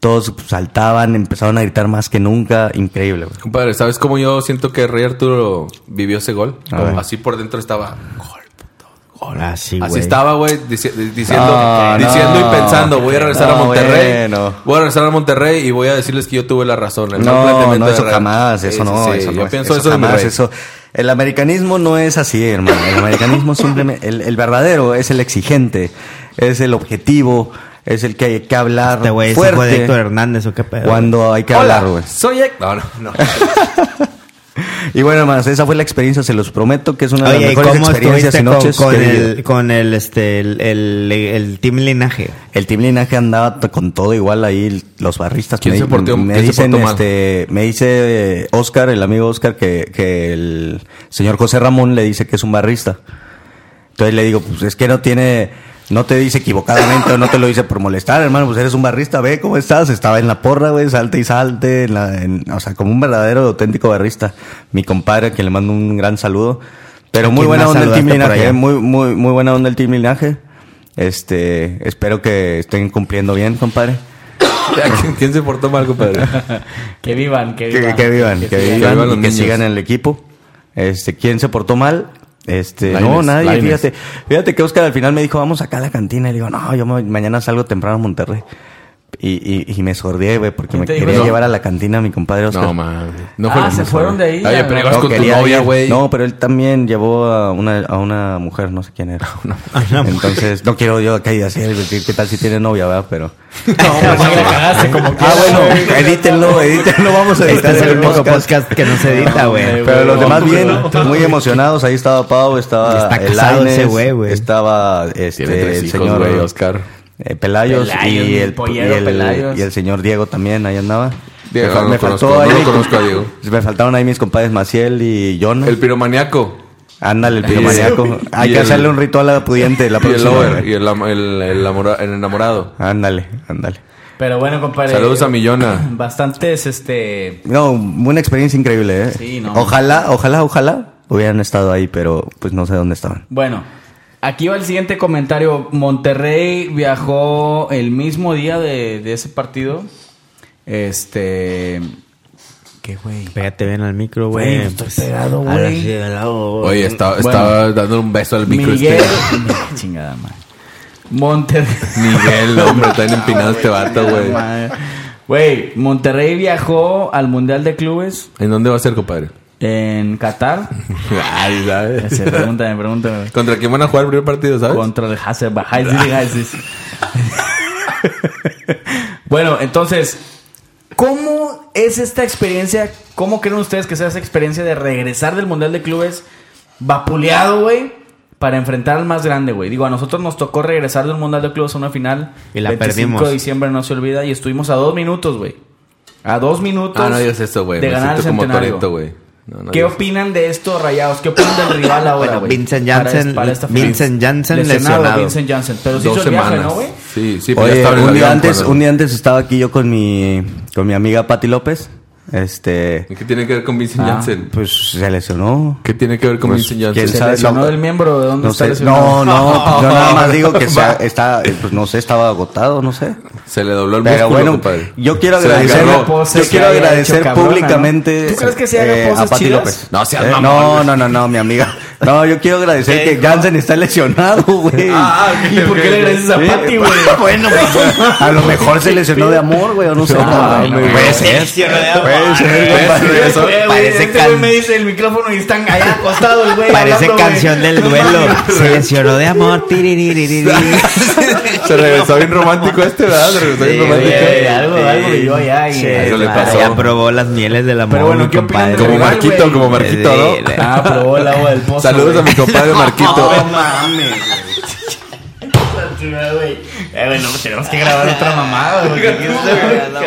Speaker 1: Todos saltaban, empezaron a gritar más que nunca. Increíble, güey.
Speaker 3: Compadre, ¿sabes cómo yo siento que Rey Arturo vivió ese gol?
Speaker 1: A
Speaker 3: Como
Speaker 1: ver.
Speaker 3: así por dentro estaba. Gol, puto, gol.
Speaker 7: Así,
Speaker 1: Ah,
Speaker 3: Así
Speaker 7: güey.
Speaker 3: estaba, güey, dici- di- diciendo,
Speaker 1: No,
Speaker 3: diciendo
Speaker 1: no.
Speaker 3: y pensando, voy a regresar a
Speaker 1: No,
Speaker 3: Monterrey.
Speaker 1: bueno.
Speaker 3: Voy a regresar a Monterrey y voy a decirles que yo tuve la razón. el mal
Speaker 1: No,
Speaker 3: planteamiento
Speaker 1: no,
Speaker 3: de
Speaker 1: eso
Speaker 3: Rey.
Speaker 1: jamás,
Speaker 3: Sí,
Speaker 1: eso
Speaker 3: sí,
Speaker 1: no,
Speaker 3: sí,
Speaker 1: eso no.
Speaker 3: Yo
Speaker 1: es-
Speaker 3: pienso
Speaker 1: eso
Speaker 3: eso, de mi
Speaker 1: jamás,
Speaker 3: Rey.
Speaker 1: eso. El americanismo no es así, hermano. El americanismo simplemente, el, el verdadero es el exigente, es el objetivo, es el que hay que hablar
Speaker 7: Este güey, ese fue de
Speaker 1: fuerte
Speaker 7: Héctor Hernández o qué pedo.
Speaker 1: cuando hay que
Speaker 3: Hola,
Speaker 1: hablar, güey.
Speaker 3: soy Héctor. No, no, no.
Speaker 1: Y bueno, hermanos, esa fue la experiencia, se los prometo que es una de las
Speaker 7: Oye, ¿y
Speaker 1: mejores
Speaker 7: ¿cómo
Speaker 1: experiencias
Speaker 7: estuviste
Speaker 1: y
Speaker 7: con,
Speaker 1: noches
Speaker 7: con
Speaker 1: que he vivido.
Speaker 7: el, con el, este, el, el, el team linaje?
Speaker 1: El Team Linaje andaba t- con todo igual ahí, los barristas.
Speaker 3: ¿Quién
Speaker 1: me,
Speaker 3: se portó-
Speaker 1: me
Speaker 3: quién se
Speaker 1: dicen,
Speaker 3: portó mal?
Speaker 1: este, me dice eh, Oscar, el amigo Oscar, que, que el señor José Ramón le dice que es un barrista. Entonces le digo, pues es que no tiene, no te dice equivocadamente o no te lo dice por molestar, hermano, pues eres un barrista, ve cómo estás, estaba en la porra, güey, salte y salte, en la- en- o sea, como un verdadero auténtico barrista. Mi compadre, que le mando un gran saludo. Pero muy
Speaker 7: ¿Quién
Speaker 1: buena
Speaker 7: más
Speaker 1: onda el Team
Speaker 7: saludaste por
Speaker 1: Linaje,
Speaker 7: allá?
Speaker 1: eh, muy, muy, muy buena onda el Team Linaje. Este, espero que estén cumpliendo bien, compadre.
Speaker 3: ¿Quién- ¿Quién se portó mal, compadre?
Speaker 5: Que vivan, que
Speaker 1: Que,
Speaker 5: vivan.
Speaker 1: que vivan, que
Speaker 5: sigan.
Speaker 1: vivan,
Speaker 3: vivan
Speaker 1: y
Speaker 3: los
Speaker 1: que
Speaker 3: niños.
Speaker 1: sigan en el equipo. Este, ¿quién se portó mal? Este, no,
Speaker 3: Lainez,
Speaker 1: nadie,
Speaker 3: Lainez.
Speaker 1: fíjate. Fíjate que Oscar al final me dijo, vamos acá a la cantina. Y le digo, no, yo ma- mañana salgo temprano a Monterrey. Y, y, y me sordié, güey, porque
Speaker 5: ¿Quién
Speaker 1: me
Speaker 5: te dijo
Speaker 1: quería
Speaker 3: eso?
Speaker 1: llevar a la cantina a mi compadre Oscar.
Speaker 3: No, man. No
Speaker 5: Ah,
Speaker 3: fue el-
Speaker 5: se fueron de ahí,
Speaker 3: Oye,
Speaker 5: ya,
Speaker 3: pero
Speaker 5: no.
Speaker 3: ibas
Speaker 1: No,
Speaker 3: con tu
Speaker 1: quería
Speaker 3: novia,
Speaker 1: ir.
Speaker 3: güey.
Speaker 1: No, pero él también llevó a una, a una mujer, no sé quién era. Entonces, no quiero yo acá y así, decir qué tal si tiene novia, ¿verdad? Pero.
Speaker 5: No, pues, la cagaste como
Speaker 1: Ah,
Speaker 5: quieras, güey.
Speaker 1: bueno, edítenlo, edítenlo, vamos a editar
Speaker 7: Este es el
Speaker 1: el
Speaker 7: único
Speaker 1: podcast.
Speaker 7: podcast que no se edita, güey.
Speaker 1: Pero los
Speaker 5: No,
Speaker 1: demás
Speaker 5: hombre,
Speaker 1: bien,
Speaker 5: no.
Speaker 1: muy emocionados. Ahí estaba Pau, estaba
Speaker 7: Está
Speaker 1: el
Speaker 7: casado
Speaker 1: Lainez,
Speaker 7: ese güey, güey.
Speaker 1: estaba este,
Speaker 3: Tiene tres
Speaker 1: el
Speaker 3: hijos,
Speaker 1: señor
Speaker 3: güey, Oscar.
Speaker 1: eh, Pelayos,
Speaker 5: Pelayos,
Speaker 1: y,
Speaker 5: mi
Speaker 1: el,
Speaker 5: pollero
Speaker 1: y el-
Speaker 5: Pelayos.
Speaker 1: y el señor Diego también, ahí andaba.
Speaker 3: Diego,
Speaker 1: me, fa-
Speaker 3: no lo
Speaker 1: me
Speaker 3: conozco,
Speaker 1: faltó
Speaker 3: no
Speaker 1: ahí-
Speaker 3: lo conozco a Diego.
Speaker 1: Me faltaron ahí mis compadres Maciel y John.
Speaker 3: El piromaniaco.
Speaker 1: Ándale, el
Speaker 3: Y el-
Speaker 1: piromaniaco. Hay
Speaker 3: y
Speaker 1: que
Speaker 3: el-
Speaker 1: hacerle un ritual a la pudiente la
Speaker 3: Y el
Speaker 1: próxima.
Speaker 3: lover.
Speaker 1: güey.
Speaker 3: Y el, am- el- el amora- el enamorado.
Speaker 1: Ándale, ándale.
Speaker 5: Pero bueno, compadre.
Speaker 3: Saludos a Millona.
Speaker 5: Bastantes, este.
Speaker 1: No, una experiencia increíble, ¿eh?
Speaker 5: Sí, no.
Speaker 1: Ojalá, ojalá, ojalá hubieran estado ahí, pero pues no sé dónde estaban.
Speaker 5: Bueno, aquí va el siguiente comentario. Monterrey viajó el mismo día de, de ese partido. Este. ¿Qué, güey?
Speaker 7: Pégate bien al micro,
Speaker 5: Güey,
Speaker 7: güey.
Speaker 4: Pues,
Speaker 5: estoy pegado, güey.
Speaker 7: Ahora sí, de lado, güey.
Speaker 3: Oye, estaba,
Speaker 5: Bueno.
Speaker 3: estaba dando un beso al micro.
Speaker 5: Miguel.
Speaker 3: este.
Speaker 5: Chingada madre. Monterrey.
Speaker 3: Miguel, hombre, tan empinado este vato, güey.
Speaker 5: Madre. Güey, Monterrey viajó al Mundial de Clubes
Speaker 3: ¿En dónde va a ser, compadre?
Speaker 5: en Qatar.
Speaker 3: Ay, ¿sabes?
Speaker 5: Se pregunta, me pregunta.
Speaker 3: ¿Contra quién van a jugar el primer partido, sabes?
Speaker 5: Contra el Hazard. bueno, entonces, ¿cómo es esta experiencia? ¿Cómo creen ustedes que sea esa experiencia de regresar del Mundial de Clubes vapuleado, güey? Para enfrentar al más grande, güey. Digo, a nosotros nos tocó regresar del Mundial de Clubes a una final.
Speaker 7: Y la
Speaker 5: 25 de
Speaker 7: perdimos.
Speaker 5: diciembre, no se olvida. Y estuvimos a dos minutos, güey. A dos minutos
Speaker 3: Ah, no digas eso, güey.
Speaker 5: de
Speaker 3: Me
Speaker 5: ganar el
Speaker 3: siento como
Speaker 5: centenario.
Speaker 3: Toreto, güey. No, no
Speaker 5: ¿Qué
Speaker 3: digas.
Speaker 5: opinan de estos rayados? ¿Qué opinan del rival ahora,
Speaker 7: Bueno,
Speaker 5: güey?
Speaker 7: Vincent
Speaker 5: Para-
Speaker 7: Janssen-
Speaker 5: para esta final.
Speaker 7: Vincent Janssen lesionado.
Speaker 5: Vincent Janssen. Pero sí
Speaker 3: Dos
Speaker 5: hizo el viaje,
Speaker 3: semanas.
Speaker 5: ¿no, güey?
Speaker 3: sí, sí, pero ya
Speaker 1: Oye,
Speaker 3: estaba en el
Speaker 1: un día,
Speaker 3: avión
Speaker 1: antes,
Speaker 3: cuando-
Speaker 1: un día antes estaba aquí yo con mi, con mi amiga Patti López. Este.
Speaker 3: ¿Y ¿Qué tiene que ver con Vincent
Speaker 1: ah,
Speaker 3: Janssen?
Speaker 1: pues se lesionó.
Speaker 3: ¿Qué tiene que ver con
Speaker 1: Pues,
Speaker 3: Vincent
Speaker 1: ¿quién
Speaker 3: Janssen?
Speaker 1: sabe?
Speaker 5: lesionó
Speaker 1: No,
Speaker 5: del miembro de dónde
Speaker 1: No
Speaker 5: está
Speaker 1: sé. No,
Speaker 5: lesionado?
Speaker 1: no. Yo nada más digo que sea- está, eh, pues no sé, estaba agotado, no sé.
Speaker 3: Se le dobló el músculo,
Speaker 1: Pero bueno,
Speaker 3: compadre.
Speaker 1: yo quiero
Speaker 3: Se
Speaker 1: agradecer,
Speaker 3: desgarró.
Speaker 1: yo
Speaker 5: poses que
Speaker 1: quiero
Speaker 5: haya
Speaker 1: agradecer
Speaker 5: hecho cabrona,
Speaker 1: públicamente
Speaker 5: ¿no? ¿Tú crees que se hagan
Speaker 1: a
Speaker 5: poses
Speaker 1: Pati
Speaker 5: chidas?
Speaker 1: López.
Speaker 3: No seas
Speaker 1: Eh,
Speaker 3: mamón,
Speaker 1: no,
Speaker 3: güey.
Speaker 1: no, no, no, mi amiga. No, yo quiero agradecer que Jansen está lesionado, güey.
Speaker 3: Ah, ok,
Speaker 5: ¿Y por
Speaker 3: ok,
Speaker 5: qué le
Speaker 3: ok.
Speaker 5: agradeces a
Speaker 1: Sí.
Speaker 5: Pati, güey?
Speaker 1: bueno, pues, a lo mejor se lesionó de amor, güey, o no sé.
Speaker 5: Ah,
Speaker 1: No,
Speaker 5: no,
Speaker 1: güey.
Speaker 5: puede
Speaker 1: ser. Puede ser,
Speaker 3: Puede
Speaker 1: compadre.
Speaker 3: ser, eso.
Speaker 5: Güey, güey,
Speaker 4: Parece
Speaker 5: este
Speaker 4: can-
Speaker 5: güey me dice el micrófono y están allá acostados, güey.
Speaker 4: Parece
Speaker 5: hablando, güey.
Speaker 4: canción del duelo. Se lesionó de amor. Tiririririri.
Speaker 3: Se regresó bien romántico este, ¿verdad? Se regresó bien
Speaker 4: Sí,
Speaker 3: romántico.
Speaker 4: güey,
Speaker 5: algo- algo vivió allá y-
Speaker 4: Sí,
Speaker 5: Eso
Speaker 3: le
Speaker 4: claro,
Speaker 3: pasó.
Speaker 4: Ya probó las mieles del amor.
Speaker 5: Pero bueno, ¿qué
Speaker 4: mi
Speaker 5: opinan
Speaker 4: compadre.
Speaker 5: del
Speaker 3: Como
Speaker 5: rival,
Speaker 3: Marquito,
Speaker 5: güey?
Speaker 3: como Marquito,
Speaker 4: Sí,
Speaker 3: ¿no?
Speaker 4: güey.
Speaker 5: Ah, probó el agua del pozo.
Speaker 3: Saludos a mi compadre Marquito.
Speaker 5: Eh, bueno, tenemos que grabar otra mamada, güey. ¿Qué es eso,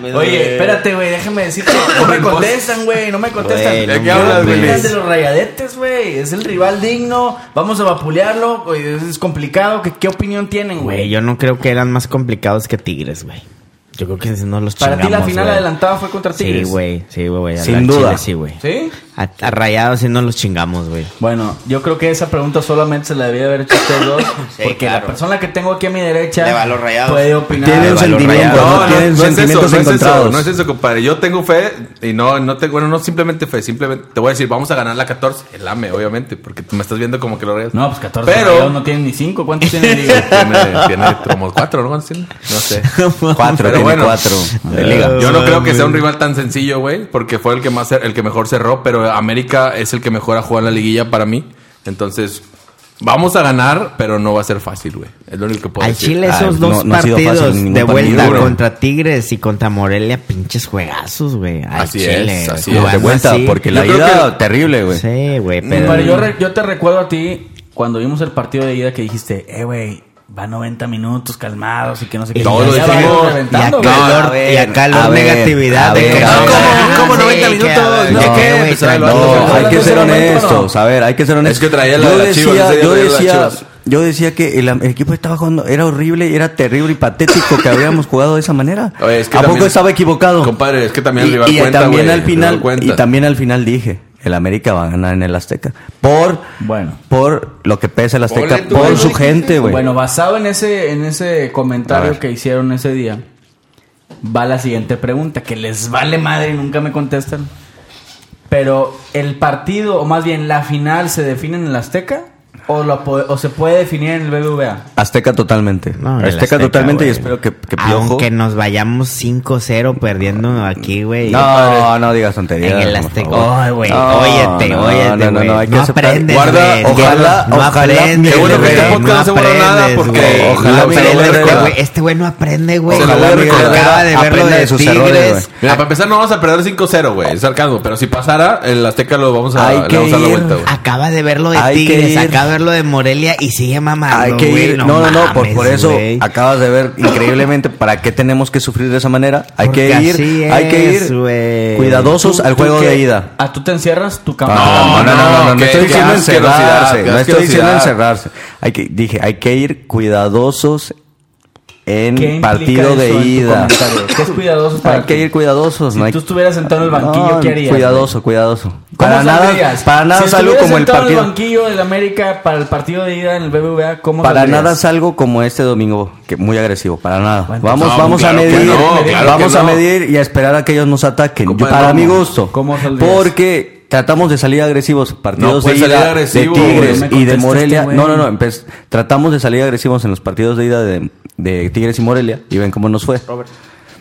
Speaker 5: güey? Oye, espérate, güey, déjame decirte. No me contestan, güey, no me contestan.
Speaker 4: Güey,
Speaker 3: ¿De qué
Speaker 4: no
Speaker 3: hablas,
Speaker 4: mames.
Speaker 3: Willy?
Speaker 5: Es de los rayadetes, güey. Es el rival digno. Vamos a vapulearlo. güey, Es complicado. ¿Qué, qué opinión tienen,
Speaker 4: Güey,
Speaker 5: güey?
Speaker 4: yo no creo que eran más complicados que Tigres, güey. Yo creo que no los
Speaker 5: Para ti la
Speaker 4: chingamos,
Speaker 5: final
Speaker 4: güey.
Speaker 5: adelantada fue contra Tigres.
Speaker 4: Sí, güey. Sí, güey, güey.
Speaker 1: Sin
Speaker 4: Al
Speaker 1: duda.
Speaker 4: Chile, sí, güey.
Speaker 5: ¿Sí?
Speaker 4: A, a rayados sí no los chingamos, güey.
Speaker 5: Bueno, yo creo que esa pregunta solamente se la debía haber hecho a ustedes dos. porque la
Speaker 4: claro.
Speaker 5: persona que tengo aquí a mi derecha
Speaker 4: Le va a los Rayados.
Speaker 5: puede opinar.
Speaker 1: Tiene
Speaker 5: Le
Speaker 1: un
Speaker 5: va a los
Speaker 1: sentimiento,
Speaker 5: Rayados.
Speaker 1: ¿no? Tienen sentimientos
Speaker 3: no es eso,
Speaker 1: encontrados.
Speaker 3: no es eso, compadre. Yo tengo fe y no, no te, bueno, no simplemente fe, simplemente te voy a decir, vamos a ganar la 14, el AME, obviamente, porque tú me estás viendo como que lo reas.
Speaker 5: No, pues 14
Speaker 3: Pero
Speaker 5: Rayados no tienen ni 5. ¿Cuántos tienen? Digo?
Speaker 3: tiene, tiene como 4, ¿no? ¿Cuántos tiene? No sé.
Speaker 1: Cuatro,
Speaker 3: Pero
Speaker 1: tiene
Speaker 3: bueno.
Speaker 1: cuatro de liga.
Speaker 3: Yo no creo que sea un rival tan sencillo, güey, porque fue el que más el que mejor cerró, pero América es el que mejor ha jugado en la liguilla para mí. Entonces, vamos a ganar, pero no va a ser fácil, güey. Es lo único que puedo
Speaker 4: Al
Speaker 3: decir.
Speaker 4: Chile
Speaker 1: Ah,
Speaker 4: esos
Speaker 1: no-
Speaker 4: dos
Speaker 1: no ha sido fácil
Speaker 4: partidos
Speaker 1: ningún
Speaker 4: de vuelta
Speaker 3: partido, güey.
Speaker 4: contra Tigres y contra Morelia, pinches juegazos, güey. Al
Speaker 3: Así
Speaker 4: Chile,
Speaker 3: es,
Speaker 4: güey.
Speaker 3: así es.
Speaker 4: Jugando
Speaker 1: De vuelta,
Speaker 4: así.
Speaker 1: porque la
Speaker 3: Yo creo
Speaker 1: ida terrible, güey.
Speaker 4: Sí, güey, pero...
Speaker 5: Compadre, yo, re- yo te recuerdo a ti cuando vimos el partido de ida que dijiste, eh, güey, va 90 minutos calmados y que no sé qué.
Speaker 3: Todo
Speaker 5: Y
Speaker 3: lo
Speaker 5: ya va
Speaker 3: dijimos.
Speaker 4: Y acá
Speaker 5: reventando, güey.
Speaker 4: el
Speaker 1: a
Speaker 4: Lord-
Speaker 1: ver,
Speaker 4: y acá
Speaker 1: a
Speaker 4: la
Speaker 1: ver,
Speaker 4: negatividad
Speaker 1: a
Speaker 4: de
Speaker 1: ver,
Speaker 4: que
Speaker 1: a
Speaker 4: no,
Speaker 1: ver.
Speaker 4: ¿cómo, cómo
Speaker 3: Sí,
Speaker 4: 90 minutos?
Speaker 3: no,
Speaker 4: No,
Speaker 3: güey,
Speaker 4: güey,
Speaker 3: pues, ahí lo
Speaker 4: tranquilo.
Speaker 3: vamos
Speaker 1: No,
Speaker 3: a
Speaker 1: hay que
Speaker 5: ¿Ese
Speaker 1: ser
Speaker 5: momento
Speaker 1: honestos.
Speaker 5: no?
Speaker 1: A ver, hay que ser honestos.
Speaker 3: que traía la
Speaker 1: yo
Speaker 3: de las
Speaker 1: decía,
Speaker 3: Chivas, ese día
Speaker 1: yo,
Speaker 3: traía la de las
Speaker 1: decía,
Speaker 3: Chivas.
Speaker 1: yo decía que el, el equipo estaba jugando, era horrible, era terrible y patético que habíamos jugado de esa manera.
Speaker 3: Oye, es que
Speaker 1: ¿A poco
Speaker 3: también-
Speaker 1: estaba equivocado?
Speaker 3: Compadre, es que también el
Speaker 1: Y-
Speaker 3: rival
Speaker 1: y,
Speaker 3: cuenta,
Speaker 1: también
Speaker 3: güey,
Speaker 1: al
Speaker 3: el rival
Speaker 1: final
Speaker 3: cuenta.
Speaker 1: Y también al final dije, el América va a ganar en el Azteca. Por,
Speaker 5: Bueno.
Speaker 1: por lo que pesa el Azteca,
Speaker 3: Ponle tú,
Speaker 1: por
Speaker 3: güey,
Speaker 1: su
Speaker 3: ¿qué
Speaker 1: gente, güey.
Speaker 5: Bueno, basado en ese, en ese
Speaker 1: A
Speaker 5: comentario
Speaker 1: ver.
Speaker 5: que hicieron ese día, va la siguiente pregunta, que les vale madre y nunca me contestan. Pero el partido, o más bien la final, ¿se define en el Azteca? ¿O, lo po- o se puede definir en el BBVA?
Speaker 1: Azteca totalmente.
Speaker 4: No, el
Speaker 1: Azteca,
Speaker 4: Azteca,
Speaker 1: totalmente y
Speaker 4: güey.
Speaker 1: espero que, que Piojo...
Speaker 4: Aunque nos vayamos 5-0 perdiendo aquí, güey.
Speaker 1: No, no digas tonterías.
Speaker 4: En el
Speaker 1: por
Speaker 4: Azteca.
Speaker 1: favor.
Speaker 4: Ay, güey,
Speaker 1: No,
Speaker 4: óyete,
Speaker 1: no,
Speaker 4: óyete,
Speaker 1: No, no,
Speaker 4: güey.
Speaker 1: no, hay que
Speaker 4: No
Speaker 1: aceptar.
Speaker 4: aprendes,
Speaker 1: Guarda,
Speaker 4: güey.
Speaker 1: ojalá,
Speaker 4: No
Speaker 1: ojalá.
Speaker 4: aprendes,
Speaker 1: Qué bueno que este
Speaker 4: güey.
Speaker 1: podcast-
Speaker 3: podcast no se borró nada, porque
Speaker 1: ojalá
Speaker 4: no aprendes,
Speaker 1: Miguel
Speaker 4: este
Speaker 1: Herrera-
Speaker 4: güey- Este güey no aprende, güey.
Speaker 3: Ojalá
Speaker 4: Acaba
Speaker 3: Miguel Herrera
Speaker 4: de verlo
Speaker 1: aprenda
Speaker 4: de
Speaker 1: de sus
Speaker 4: sus
Speaker 1: errores, güey.
Speaker 4: Tigres.
Speaker 3: Mira, para empezar no vamos a perder 5-0, güey, es sarcasmo, pero si pasara, el Azteca lo vamos a,
Speaker 1: Hay
Speaker 3: le
Speaker 1: que
Speaker 3: vamos a dar la
Speaker 1: ir.
Speaker 3: vuelta, güey.
Speaker 4: Acaba de verlo de
Speaker 1: Hay que
Speaker 4: Tigres,
Speaker 1: ir.
Speaker 4: acaba de verlo de Morelia y sigue mamando.
Speaker 1: Hay que
Speaker 4: güey,
Speaker 1: ir. No, no, no. Por,
Speaker 4: mames,
Speaker 1: por eso
Speaker 4: güey.
Speaker 1: acabas de ver increíblemente para qué tenemos que sufrir de esa manera. Hay
Speaker 4: Porque
Speaker 1: que ir.
Speaker 4: así
Speaker 1: hay que
Speaker 4: es,
Speaker 1: ir
Speaker 4: güey.
Speaker 1: cuidadosos
Speaker 5: ¿Tú-
Speaker 1: al
Speaker 5: tú
Speaker 1: juego
Speaker 5: qué?
Speaker 1: de ida.
Speaker 5: ¿A tú te encierras? ¿Tu Ah, campo?
Speaker 3: No,
Speaker 1: No, no, no, no, no,
Speaker 3: qué-
Speaker 1: estoy
Speaker 3: qué
Speaker 1: diciendo
Speaker 3: asquerosidad,
Speaker 1: encerrarse,
Speaker 3: qué
Speaker 1: no estoy diciendo
Speaker 3: asquerosidad.
Speaker 1: encerrarse. Hay que, dije, hay que ir cuidadosos
Speaker 5: ¿Qué
Speaker 1: en
Speaker 5: implica
Speaker 1: partido
Speaker 5: eso
Speaker 1: de
Speaker 5: en tu
Speaker 1: ida.
Speaker 5: comentario? ¿Qué es cuidadoso para
Speaker 1: Hay que
Speaker 5: ti?
Speaker 1: ir cuidadosos.
Speaker 5: Si
Speaker 1: no hay-
Speaker 5: tú estuvieras sentado en el banquillo,
Speaker 1: No,
Speaker 5: ¿qué harías?
Speaker 1: Cuidadoso, cuidadoso. Para nada,
Speaker 5: saldrías?
Speaker 1: para nada
Speaker 5: si
Speaker 1: salgo
Speaker 5: estuvieras
Speaker 1: como el
Speaker 5: sentado
Speaker 1: partido.
Speaker 5: En el banquillo del América para el partido de ida en el BBVA, ¿cómo
Speaker 1: Para
Speaker 5: saldrías?
Speaker 1: nada salgo como este domingo, que muy agresivo, para nada.
Speaker 5: Bueno,
Speaker 1: vamos,
Speaker 3: no,
Speaker 1: vamos
Speaker 3: claro
Speaker 1: a
Speaker 3: que
Speaker 1: medir,
Speaker 3: no, claro
Speaker 1: vamos
Speaker 3: que
Speaker 1: a
Speaker 3: no.
Speaker 1: medir y a esperar a que ellos nos ataquen. Yo-
Speaker 3: Compadre,
Speaker 1: para mi
Speaker 3: ¿cómo?
Speaker 1: gusto.
Speaker 5: ¿Cómo saldrías?
Speaker 1: Porque tratamos de salir agresivos,
Speaker 3: No
Speaker 1: partidos de
Speaker 3: puedes salir
Speaker 1: ida,
Speaker 3: agresivo,
Speaker 1: de
Speaker 3: güey.
Speaker 1: Tigres
Speaker 5: No me
Speaker 1: y de
Speaker 5: contestaste,
Speaker 1: Morelia.
Speaker 5: güey.
Speaker 1: No, no, no, empe- tratamos de salir agresivos en los partidos de ida de, de Tigres y Morelia y ven cómo nos fue.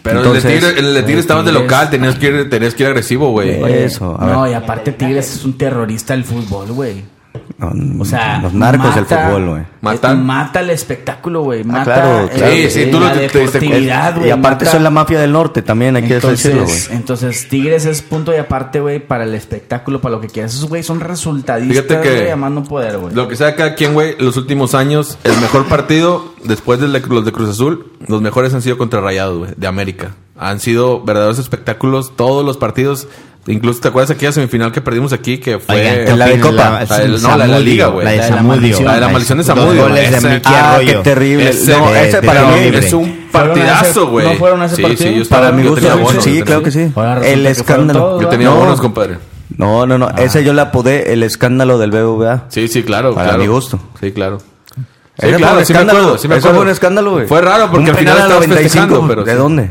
Speaker 3: Pero el de
Speaker 1: Entonces,
Speaker 3: Tigre, el de Tigre estabas de local, tenías que ir, tenías que ir agresivo, güey.
Speaker 1: Güey. Eso, a
Speaker 5: No,
Speaker 1: ver.
Speaker 5: y aparte Tigres es un terrorista del fútbol, güey.
Speaker 1: No,
Speaker 5: O sea,
Speaker 1: Mm, los narcos del
Speaker 5: mata-
Speaker 1: fútbol, güey. Ah,
Speaker 3: Matan.
Speaker 5: eh, Mata el espectáculo, güey. Mata
Speaker 1: claro, claro.
Speaker 5: eh,
Speaker 3: Sí, sí, tú
Speaker 5: la
Speaker 3: lo- te diste cuenta.
Speaker 5: deportividad, güey.
Speaker 1: Y aparte
Speaker 5: mata-
Speaker 1: son la mafia del norte también, hay que
Speaker 5: entonces,
Speaker 1: decirlo, güey.
Speaker 5: entonces, Tigres es punto y aparte, güey, para el espectáculo, para lo que quieras. Esos, güey, son resultadistas,
Speaker 3: Fíjate que-
Speaker 5: güey, a más no poder, güey.
Speaker 3: Lo que sea cada quien, güey, los últimos años, el mejor partido, después de la- los de Cruz Azul, los mejores han sido contra Rayados, güey, de América. Han sido verdaderos espectáculos todos los partidos. Incluso, ¿te acuerdas aquella semifinal que perdimos aquí? Que fue...
Speaker 4: Oigan, ¿qué
Speaker 1: la de
Speaker 4: opinan?
Speaker 1: Copa.
Speaker 3: La de- no, la de la Liga, güey.
Speaker 4: La de
Speaker 5: La de la
Speaker 4: Samudio.
Speaker 5: maldición.
Speaker 3: La de la maldición de Samudio.
Speaker 4: Dos goles de
Speaker 3: Ese-
Speaker 4: Miki
Speaker 1: Ah, qué
Speaker 4: Arroyo.
Speaker 1: terrible.
Speaker 3: Ese-
Speaker 1: no,
Speaker 4: de-
Speaker 1: ese
Speaker 4: de
Speaker 1: para
Speaker 4: tiro
Speaker 1: mí
Speaker 4: libre.
Speaker 3: es un partidazo, güey.
Speaker 5: ¿No fueron a ese
Speaker 3: sí,
Speaker 5: partido?
Speaker 3: Sí, yo estaba,
Speaker 1: Para mi
Speaker 3: yo
Speaker 1: gusto,
Speaker 3: tenía
Speaker 1: sí,
Speaker 3: bonos,
Speaker 1: sí,
Speaker 3: yo
Speaker 1: claro que
Speaker 3: tenía-
Speaker 1: sí.
Speaker 5: Ahora resulta
Speaker 1: El
Speaker 5: que fueron
Speaker 1: escándalo.
Speaker 5: todos,
Speaker 3: Yo tenía
Speaker 1: No,
Speaker 3: bonos, compadre.
Speaker 1: No, no, no. Ese yo la apodé el escándalo del BBVA.
Speaker 3: Sí, sí, claro.
Speaker 1: Para
Speaker 3: claro.
Speaker 1: mi gusto.
Speaker 3: Sí, claro. Sí,
Speaker 1: Ese fue
Speaker 3: claro,
Speaker 1: un
Speaker 3: sí me
Speaker 1: escándalo.
Speaker 3: acuerdo, sí me
Speaker 1: Ese fue
Speaker 3: acuerdo.
Speaker 1: un escándalo, güey.
Speaker 3: Fue raro porque
Speaker 1: Un
Speaker 3: al final
Speaker 1: penal a
Speaker 3: estabas festejando, pero
Speaker 1: ¿De
Speaker 3: sí.
Speaker 1: dónde?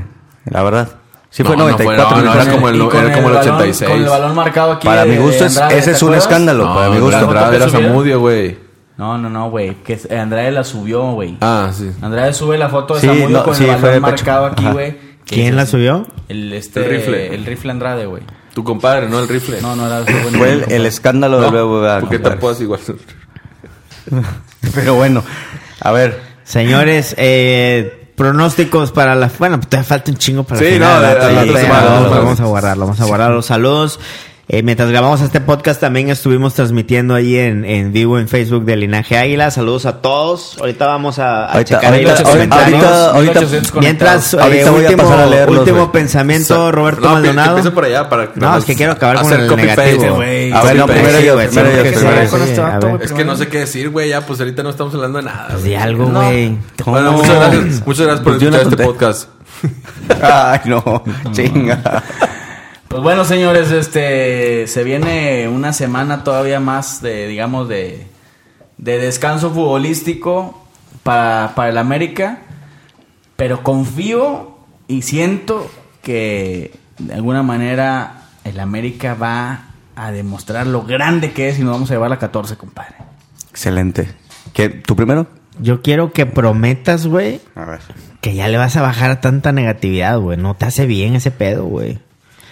Speaker 1: La verdad. Sí, fue
Speaker 3: No, no fue,
Speaker 1: 94.
Speaker 3: no, no,
Speaker 1: me
Speaker 3: era
Speaker 1: parece.
Speaker 3: como el-
Speaker 5: Y con
Speaker 3: era como el
Speaker 5: balón-
Speaker 3: 86.
Speaker 5: Con el balón marcado aquí.
Speaker 1: Para
Speaker 5: de-
Speaker 1: mi gusto,
Speaker 5: de
Speaker 1: es-
Speaker 5: Andrade,
Speaker 1: ese
Speaker 5: ¿te
Speaker 1: es un
Speaker 5: acuerdas?
Speaker 1: escándalo.
Speaker 3: No,
Speaker 1: para mi
Speaker 3: el
Speaker 1: gusto.
Speaker 3: Andrade era
Speaker 5: ¿Te subieron?
Speaker 3: Zamudio, güey.
Speaker 5: No, no, no, güey. Que Andrade la subió, güey.
Speaker 3: Ah, sí.
Speaker 5: Andrade sube la foto de
Speaker 1: Sí,
Speaker 5: Samudio
Speaker 1: no,
Speaker 5: con
Speaker 1: sí,
Speaker 5: el
Speaker 1: fue
Speaker 5: balón
Speaker 1: de pecho.
Speaker 5: marcado aquí,
Speaker 1: Ajá.
Speaker 5: güey. Que
Speaker 4: ¿Quién
Speaker 5: es
Speaker 4: la
Speaker 5: así.
Speaker 4: subió?
Speaker 5: El, este,
Speaker 3: El rifle.
Speaker 5: El rifle Andrade, güey.
Speaker 3: Tu compadre, no el rifle.
Speaker 5: No, no era
Speaker 1: Fue el, el escándalo del BBVA.
Speaker 3: porque
Speaker 1: compadre.
Speaker 3: tampoco es igual.
Speaker 1: Pero bueno, a ver.
Speaker 4: Señores, eh, pronósticos para la. Bueno, te falta un chingo para la
Speaker 3: Sí,
Speaker 4: final,
Speaker 3: no,
Speaker 4: ¿verdad?
Speaker 3: a la
Speaker 4: Sí,
Speaker 3: otra
Speaker 4: ya,
Speaker 3: semana, vamos
Speaker 4: vamos,
Speaker 3: a ver.
Speaker 4: vamos a guardarlo, vamos a guardar los saludos. Eh, mientras grabamos este podcast también estuvimos transmitiendo ahí en, en vivo en Facebook de Linaje Águila. Saludos a todos. Ahorita vamos a, a
Speaker 1: Ahorita,
Speaker 4: checar ahí
Speaker 1: ahorita,
Speaker 4: los
Speaker 1: ahorita,
Speaker 4: comentarios.
Speaker 1: ahorita,
Speaker 4: Mientras, eh,
Speaker 1: ahorita voy a
Speaker 4: último,
Speaker 1: pasar a leerlos,
Speaker 4: último
Speaker 1: güey.
Speaker 4: pensamiento, Roberto
Speaker 3: no, que- que
Speaker 4: Maldonado.
Speaker 3: empiece por allá para
Speaker 4: No, es que quiero acabar con
Speaker 3: hacer
Speaker 4: el
Speaker 3: copy
Speaker 4: negativo.
Speaker 3: paste,
Speaker 4: güey.
Speaker 1: A ver, no,
Speaker 3: Sí,
Speaker 1: primero
Speaker 3: sí,
Speaker 1: yo,
Speaker 4: güey,
Speaker 1: primero
Speaker 4: sí,
Speaker 1: yo,
Speaker 4: que
Speaker 1: primero
Speaker 4: sea
Speaker 1: yo.
Speaker 4: con este
Speaker 8: Sí,
Speaker 4: vato,
Speaker 8: a ver.
Speaker 4: güey.
Speaker 3: Es que no sé qué decir, güey, ya pues ahorita no estamos hablando de nada.
Speaker 4: Pues
Speaker 3: güey.
Speaker 4: De algo, güey.
Speaker 3: Bueno, muchas gracias, muchas gracias por
Speaker 1: Pues yo no
Speaker 3: escuchar
Speaker 1: conté.
Speaker 3: este podcast.
Speaker 1: Ay, no, chinga.
Speaker 5: Pues bueno, señores, este se viene una semana todavía más de, digamos, de, de descanso futbolístico para, para el América. Pero confío y siento que de alguna manera el América va a demostrar lo grande que es y nos vamos a llevar la 14, compadre.
Speaker 1: Excelente. ¿Qué, ¿Tú primero?
Speaker 4: Yo quiero que prometas, güey,
Speaker 1: A ver.
Speaker 4: que ya le vas a bajar a tanta negatividad, güey. No te hace bien ese pedo, güey.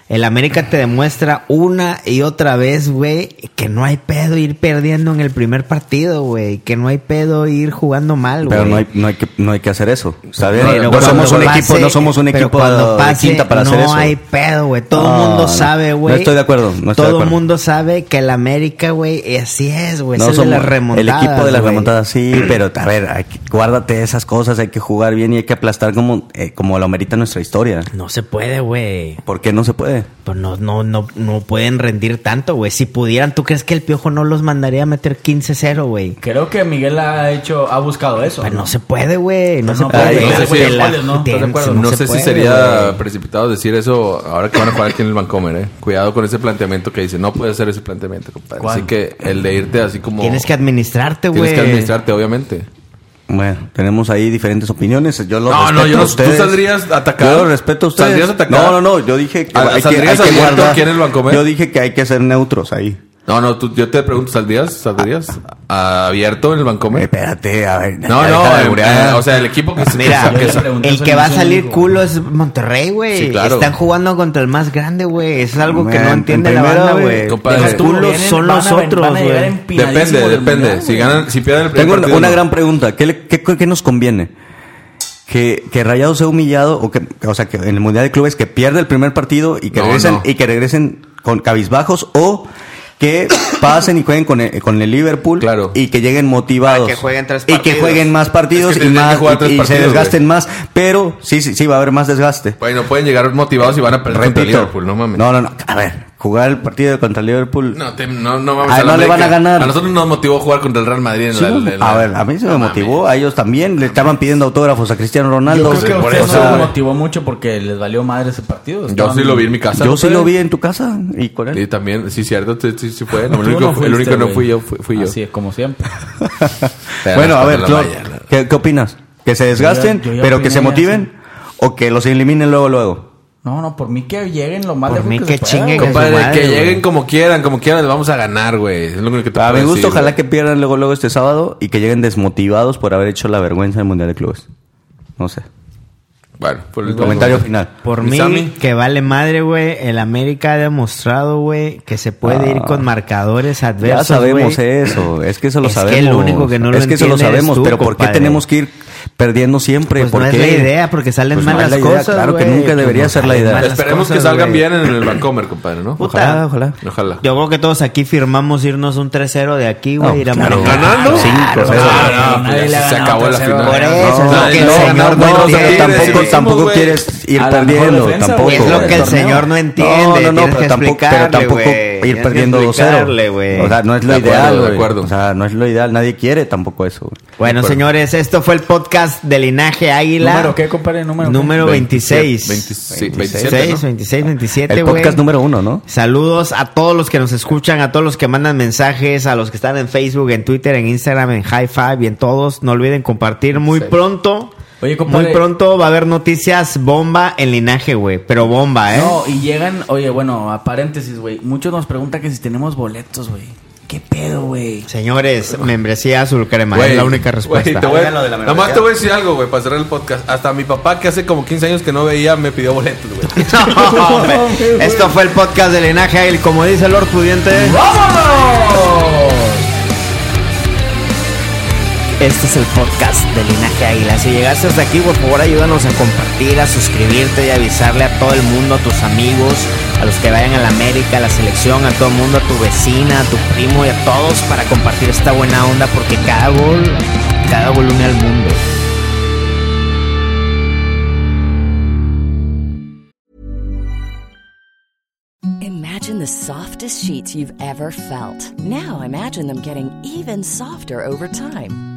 Speaker 4: El América te demuestra una y otra vez, güey, que no hay pedo ir perdiendo en el primer partido, güey. Que no hay pedo ir jugando mal, güey.
Speaker 1: Pero no hay, no, hay que, no hay que hacer eso. ¿sabes?
Speaker 4: Pero
Speaker 1: no,
Speaker 4: cuando
Speaker 1: somos un
Speaker 4: pase-
Speaker 1: equipo, no somos un
Speaker 4: pero
Speaker 1: equipo
Speaker 4: cuando
Speaker 1: de
Speaker 4: pase,
Speaker 1: quinta para hacer eso.
Speaker 4: No hay pedo, güey. Todo el
Speaker 1: No,
Speaker 4: mundo
Speaker 1: no.
Speaker 4: sabe,
Speaker 1: No
Speaker 4: güey.
Speaker 1: estoy de acuerdo, no estoy de
Speaker 4: Todo el
Speaker 1: acuerdo.
Speaker 4: mundo sabe que el América, güey, así es, güey.
Speaker 1: No
Speaker 4: es Pues el de
Speaker 1: somos-
Speaker 4: las remontadas.
Speaker 1: El equipo de las
Speaker 4: güey.
Speaker 1: remontadas, sí, pero a ver, hay que- guárdate esas cosas, hay que jugar bien y hay que aplastar como, eh, como lo amerita nuestra historia.
Speaker 4: No se puede, güey.
Speaker 1: ¿Por qué no se puede?
Speaker 4: Pues no, no, no, no pueden rendir tanto, güey. Si pudieran, ¿tú crees que el piojo no los mandaría a meter 15-0, güey?
Speaker 5: Creo que Miguel ha hecho, ha buscado eso.
Speaker 4: Pues no se puede, güey. No,
Speaker 5: Pues
Speaker 4: se
Speaker 5: no
Speaker 4: puede.
Speaker 3: puede,
Speaker 4: güey.
Speaker 3: no sé si-
Speaker 4: Te la-
Speaker 5: ¿cuáles, no? ¿Estás de
Speaker 4: te-
Speaker 5: acuerdo?
Speaker 3: No,
Speaker 4: se
Speaker 3: sé
Speaker 4: puede,
Speaker 3: si sería
Speaker 4: güey.
Speaker 3: precipitado decir eso ahora que van a jugar aquí en el Vancomer, eh. Cuidado con ese planteamiento que dice, no puede ser ese planteamiento, compadre.
Speaker 5: ¿Cuál?
Speaker 3: Así que el de irte así como
Speaker 4: Tienes que administrarte, güey.
Speaker 3: tienes que administrarte, obviamente.
Speaker 1: Bueno, tenemos ahí diferentes opiniones. Yo lo
Speaker 3: No,
Speaker 1: respeto
Speaker 3: no, yo
Speaker 1: a
Speaker 3: no- tú
Speaker 1: ustedes.
Speaker 3: saldrías a atacar.
Speaker 1: Yo lo respeto a ustedes.
Speaker 3: ¿Saldrías a atacar?
Speaker 1: No, no, no. Yo dije que
Speaker 3: Ah,
Speaker 1: hay que,
Speaker 3: ¿saldrías
Speaker 1: hay que
Speaker 3: abierto
Speaker 1: guardar.
Speaker 3: aquí en el Bancomer?
Speaker 1: Yo dije que hay que ser neutros ahí.
Speaker 3: No, no, tú- yo te pregunto, ¿saldrías? ¿Saldrías? ¿Abierto en el Vancomer?
Speaker 4: Eh,
Speaker 1: Espérate, a ver.
Speaker 3: No,
Speaker 1: ya
Speaker 3: no,
Speaker 1: deja de
Speaker 3: eh,
Speaker 1: alburear.
Speaker 3: eh, o sea, el equipo que se
Speaker 4: Mira,
Speaker 3: que sa- que sa-
Speaker 5: pregunté,
Speaker 4: el
Speaker 5: soy
Speaker 4: que va a
Speaker 5: un
Speaker 4: salir
Speaker 5: único.
Speaker 4: culo es Monterrey, güey.
Speaker 3: Sí, claro.
Speaker 4: Están jugando contra el más grande, güey. Eso es algo que
Speaker 1: Man,
Speaker 4: no
Speaker 1: en
Speaker 4: entiende la
Speaker 1: primera,
Speaker 4: banda,
Speaker 1: güey.
Speaker 4: güey.
Speaker 3: Compadre,
Speaker 4: Los
Speaker 3: tú
Speaker 4: culos
Speaker 5: vienen-
Speaker 4: son
Speaker 5: van
Speaker 4: los
Speaker 5: a ven-
Speaker 4: otros,
Speaker 5: van a llegar
Speaker 4: güey.
Speaker 5: empinadísimos
Speaker 3: depende,
Speaker 5: del
Speaker 3: depende.
Speaker 5: mundial,
Speaker 3: si
Speaker 5: güey.
Speaker 3: ganan, si pierden el primer
Speaker 1: Tengo una,
Speaker 3: partido,
Speaker 1: una
Speaker 3: no.
Speaker 1: gran pregunta. ¿Qué, le- qué, qué nos conviene? ¿Que, que Rayado sea humillado o que, o sea, que en el Mundial de Clubes que pierda el primer partido y que
Speaker 3: No,
Speaker 1: regresen
Speaker 3: no.
Speaker 1: y que regresen con cabizbajos o que pasen y jueguen con el, con el Liverpool
Speaker 3: Claro.
Speaker 1: y que lleguen motivados
Speaker 4: Ah, que jueguen tres
Speaker 1: y que
Speaker 4: partidos.
Speaker 1: jueguen más partidos
Speaker 3: Es que
Speaker 1: y
Speaker 3: tendrían que
Speaker 1: más
Speaker 3: jugar tres
Speaker 1: y, y se
Speaker 3: partidos,
Speaker 1: desgasten más, pero sí sí sí va a haber más desgaste.
Speaker 3: Bueno, pueden llegar motivados y van a perder contra
Speaker 1: Repito.
Speaker 3: Liverpool, no mames.
Speaker 1: No, no, no. A ver, jugar el partido contra el Liverpool.
Speaker 3: No, te- no, no mames.
Speaker 1: Ay,
Speaker 3: a la
Speaker 1: no le van
Speaker 3: América.
Speaker 1: a ganar.
Speaker 3: A nosotros nos motivó jugar contra el Real Madrid en
Speaker 1: Sí,
Speaker 3: la,
Speaker 1: no,
Speaker 3: en la-
Speaker 1: a ver, a mí se me
Speaker 3: No
Speaker 1: motivó, a ellos también le estaban pidiendo autógrafos a Cristiano Ronaldo.
Speaker 5: Yo creo que a
Speaker 3: por
Speaker 5: ustedes
Speaker 3: eso,
Speaker 5: no los
Speaker 3: güey.
Speaker 5: motivó mucho porque les valió madre ese partido.
Speaker 3: mames. Yo sí lo vi en mi casa.
Speaker 1: Yo sí lo vi en tu casa y con
Speaker 3: Y
Speaker 1: él.
Speaker 3: también, sí, cierto, sí, sí, sí fue. No,
Speaker 5: Tú
Speaker 3: el, único,
Speaker 5: no
Speaker 3: el
Speaker 5: fuiste,
Speaker 3: único no
Speaker 5: güey.
Speaker 3: fui yo, fui, fui yo.
Speaker 5: Así es, como siempre.
Speaker 3: Pero
Speaker 1: bueno, a
Speaker 3: hasta
Speaker 1: ver,
Speaker 3: la
Speaker 1: Flor,
Speaker 3: mañana.
Speaker 1: ¿qué, qué opinas? ¿Que se desgasten,
Speaker 5: yo ya
Speaker 1: pero que
Speaker 5: opiné
Speaker 1: se
Speaker 5: ya,
Speaker 1: motiven o que los eliminen luego, luego?
Speaker 5: No, no, por mí que lleguen lo más
Speaker 4: Por
Speaker 5: lejos
Speaker 4: mí
Speaker 5: se
Speaker 4: que
Speaker 5: pueda,
Speaker 4: chinguen.
Speaker 5: güey.
Speaker 3: Compadre,
Speaker 4: Su madre,
Speaker 3: que
Speaker 4: güey.
Speaker 3: lleguen como quieran, como quieran, les vamos a ganar, güey. Es lo único que te
Speaker 1: A mi
Speaker 3: puedo
Speaker 1: gusto,
Speaker 3: decir,
Speaker 1: ojalá
Speaker 3: Pues güey.
Speaker 1: que pierdan luego, luego este sábado y que lleguen desmotivados por haber hecho la vergüenza del Mundial de Clubes. No sé.
Speaker 3: Bueno, por el
Speaker 1: Comentario final.
Speaker 4: Por
Speaker 3: ¿Mi
Speaker 4: mí,
Speaker 3: Sammy?
Speaker 4: que vale madre, güey. El América ha demostrado, güey, que se puede ir con marcadores adversos.
Speaker 1: Ah. Ya sabemos eh,
Speaker 4: güey.
Speaker 1: eso, es que eso lo
Speaker 4: Es que
Speaker 1: sabemos.
Speaker 4: el único que no lo
Speaker 1: es que eso lo
Speaker 4: entiende eres
Speaker 1: sabemos,
Speaker 4: tú,
Speaker 1: pero ¿por qué
Speaker 4: compadre?
Speaker 1: tenemos que ir perdiendo siempre?
Speaker 4: Pues
Speaker 1: ¿Por
Speaker 4: no
Speaker 1: qué?
Speaker 4: es la idea, porque salen
Speaker 1: Pues no
Speaker 4: malas
Speaker 1: es la idea,
Speaker 4: cosas.
Speaker 1: claro que
Speaker 4: güey.
Speaker 1: nunca
Speaker 4: Pues
Speaker 1: debería
Speaker 4: no
Speaker 1: ser la
Speaker 4: salen
Speaker 1: idea.
Speaker 4: malas
Speaker 3: Esperemos que
Speaker 4: cosas,
Speaker 3: salgan
Speaker 4: güey.
Speaker 3: bien en el Vancomer, compadre, ¿no?
Speaker 4: Puta.
Speaker 1: Ojalá, ojalá.
Speaker 3: Ojalá.
Speaker 4: Yo creo que todos aquí firmamos irnos un 3-0 de aquí, güey.
Speaker 1: No,
Speaker 4: ir a
Speaker 1: claro.
Speaker 4: Morelia.
Speaker 3: ¿Ganando?
Speaker 4: Sí,
Speaker 1: Cinco,
Speaker 4: claro.
Speaker 1: cero.
Speaker 3: Ah, no,
Speaker 5: Nadie
Speaker 3: pues
Speaker 5: le
Speaker 3: ya
Speaker 5: ha
Speaker 3: se
Speaker 5: ganado
Speaker 3: acabó la
Speaker 5: 3-0.
Speaker 3: final.
Speaker 4: Por eso, es lo que el
Speaker 3: no,
Speaker 4: señor
Speaker 3: no,
Speaker 4: no
Speaker 3: bueno,
Speaker 4: quiere.
Speaker 3: sí,
Speaker 1: tampoco,
Speaker 3: sí, sí,
Speaker 1: tampoco
Speaker 3: güey.
Speaker 1: quieres ir
Speaker 5: A la mejor
Speaker 1: perdiendo,
Speaker 5: defensa,
Speaker 1: tampoco.
Speaker 5: güey,
Speaker 4: Es lo que el
Speaker 5: torneo.
Speaker 4: señor no entiende.
Speaker 1: No, no, no,
Speaker 4: Tienes
Speaker 1: pero
Speaker 4: que
Speaker 1: tampoco, pero
Speaker 4: explicarle,
Speaker 1: tampoco
Speaker 4: güey.
Speaker 1: ir
Speaker 4: Tenías que
Speaker 1: perdiendo 2-0.
Speaker 4: explicarle, güey.
Speaker 1: O sea, no es lo
Speaker 3: De acuerdo,
Speaker 1: ideal,
Speaker 3: de
Speaker 1: güey.
Speaker 3: acuerdo.
Speaker 1: O sea, no es lo ideal. Nadie quiere tampoco eso, güey.
Speaker 4: Bueno, señores, esto fue el podcast de Linaje Águila.
Speaker 5: ¿Número qué, compadre? ¿Número qué?
Speaker 4: Número 26.
Speaker 3: 26, 27,
Speaker 4: 26,
Speaker 3: ¿no?
Speaker 4: 26, 27,
Speaker 1: El
Speaker 4: güey.
Speaker 1: podcast número uno, ¿no?
Speaker 4: Saludos a todos los que nos escuchan, a todos los que mandan mensajes, a los que están en Facebook, en Twitter, en Instagram, en High Five y en todos. No olviden compartir muy pronto.
Speaker 5: Oye, compadre.
Speaker 4: Muy pronto va a haber noticias bomba en linaje, güey. Pero bomba, ¿eh?
Speaker 5: No, y llegan, oye, bueno, a paréntesis, güey. Muchos nos preguntan que si tenemos boletos, güey. ¿Qué pedo, güey?
Speaker 4: Señores, membresía azul crema.
Speaker 3: Güey,
Speaker 4: es la única
Speaker 3: güey,
Speaker 4: respuesta.
Speaker 3: te voy a-
Speaker 1: Háganlo de la
Speaker 3: nomás
Speaker 1: membresía.
Speaker 3: te voy a decir algo, güey, para cerrar el podcast. Hasta mi papá, que hace como 15 años que no veía, me pidió boletos, güey.
Speaker 4: No, hombre. Esto fue el podcast de linaje Águila. y Como dice Lord Pudiente. Este es el podcast de Linaje Águila. Si llegaste hasta aquí, por favor, ayúdanos a compartir, a suscribirte y avisarle a todo el mundo, a tus amigos, a los que vayan a la América, a la selección, a todo el mundo, a tu vecina, a tu primo y a todos para compartir esta buena onda porque cada gol, cada gol une al mundo.
Speaker 9: Imagine the softest sheets you've ever felt. Now imagine them getting even softer over time.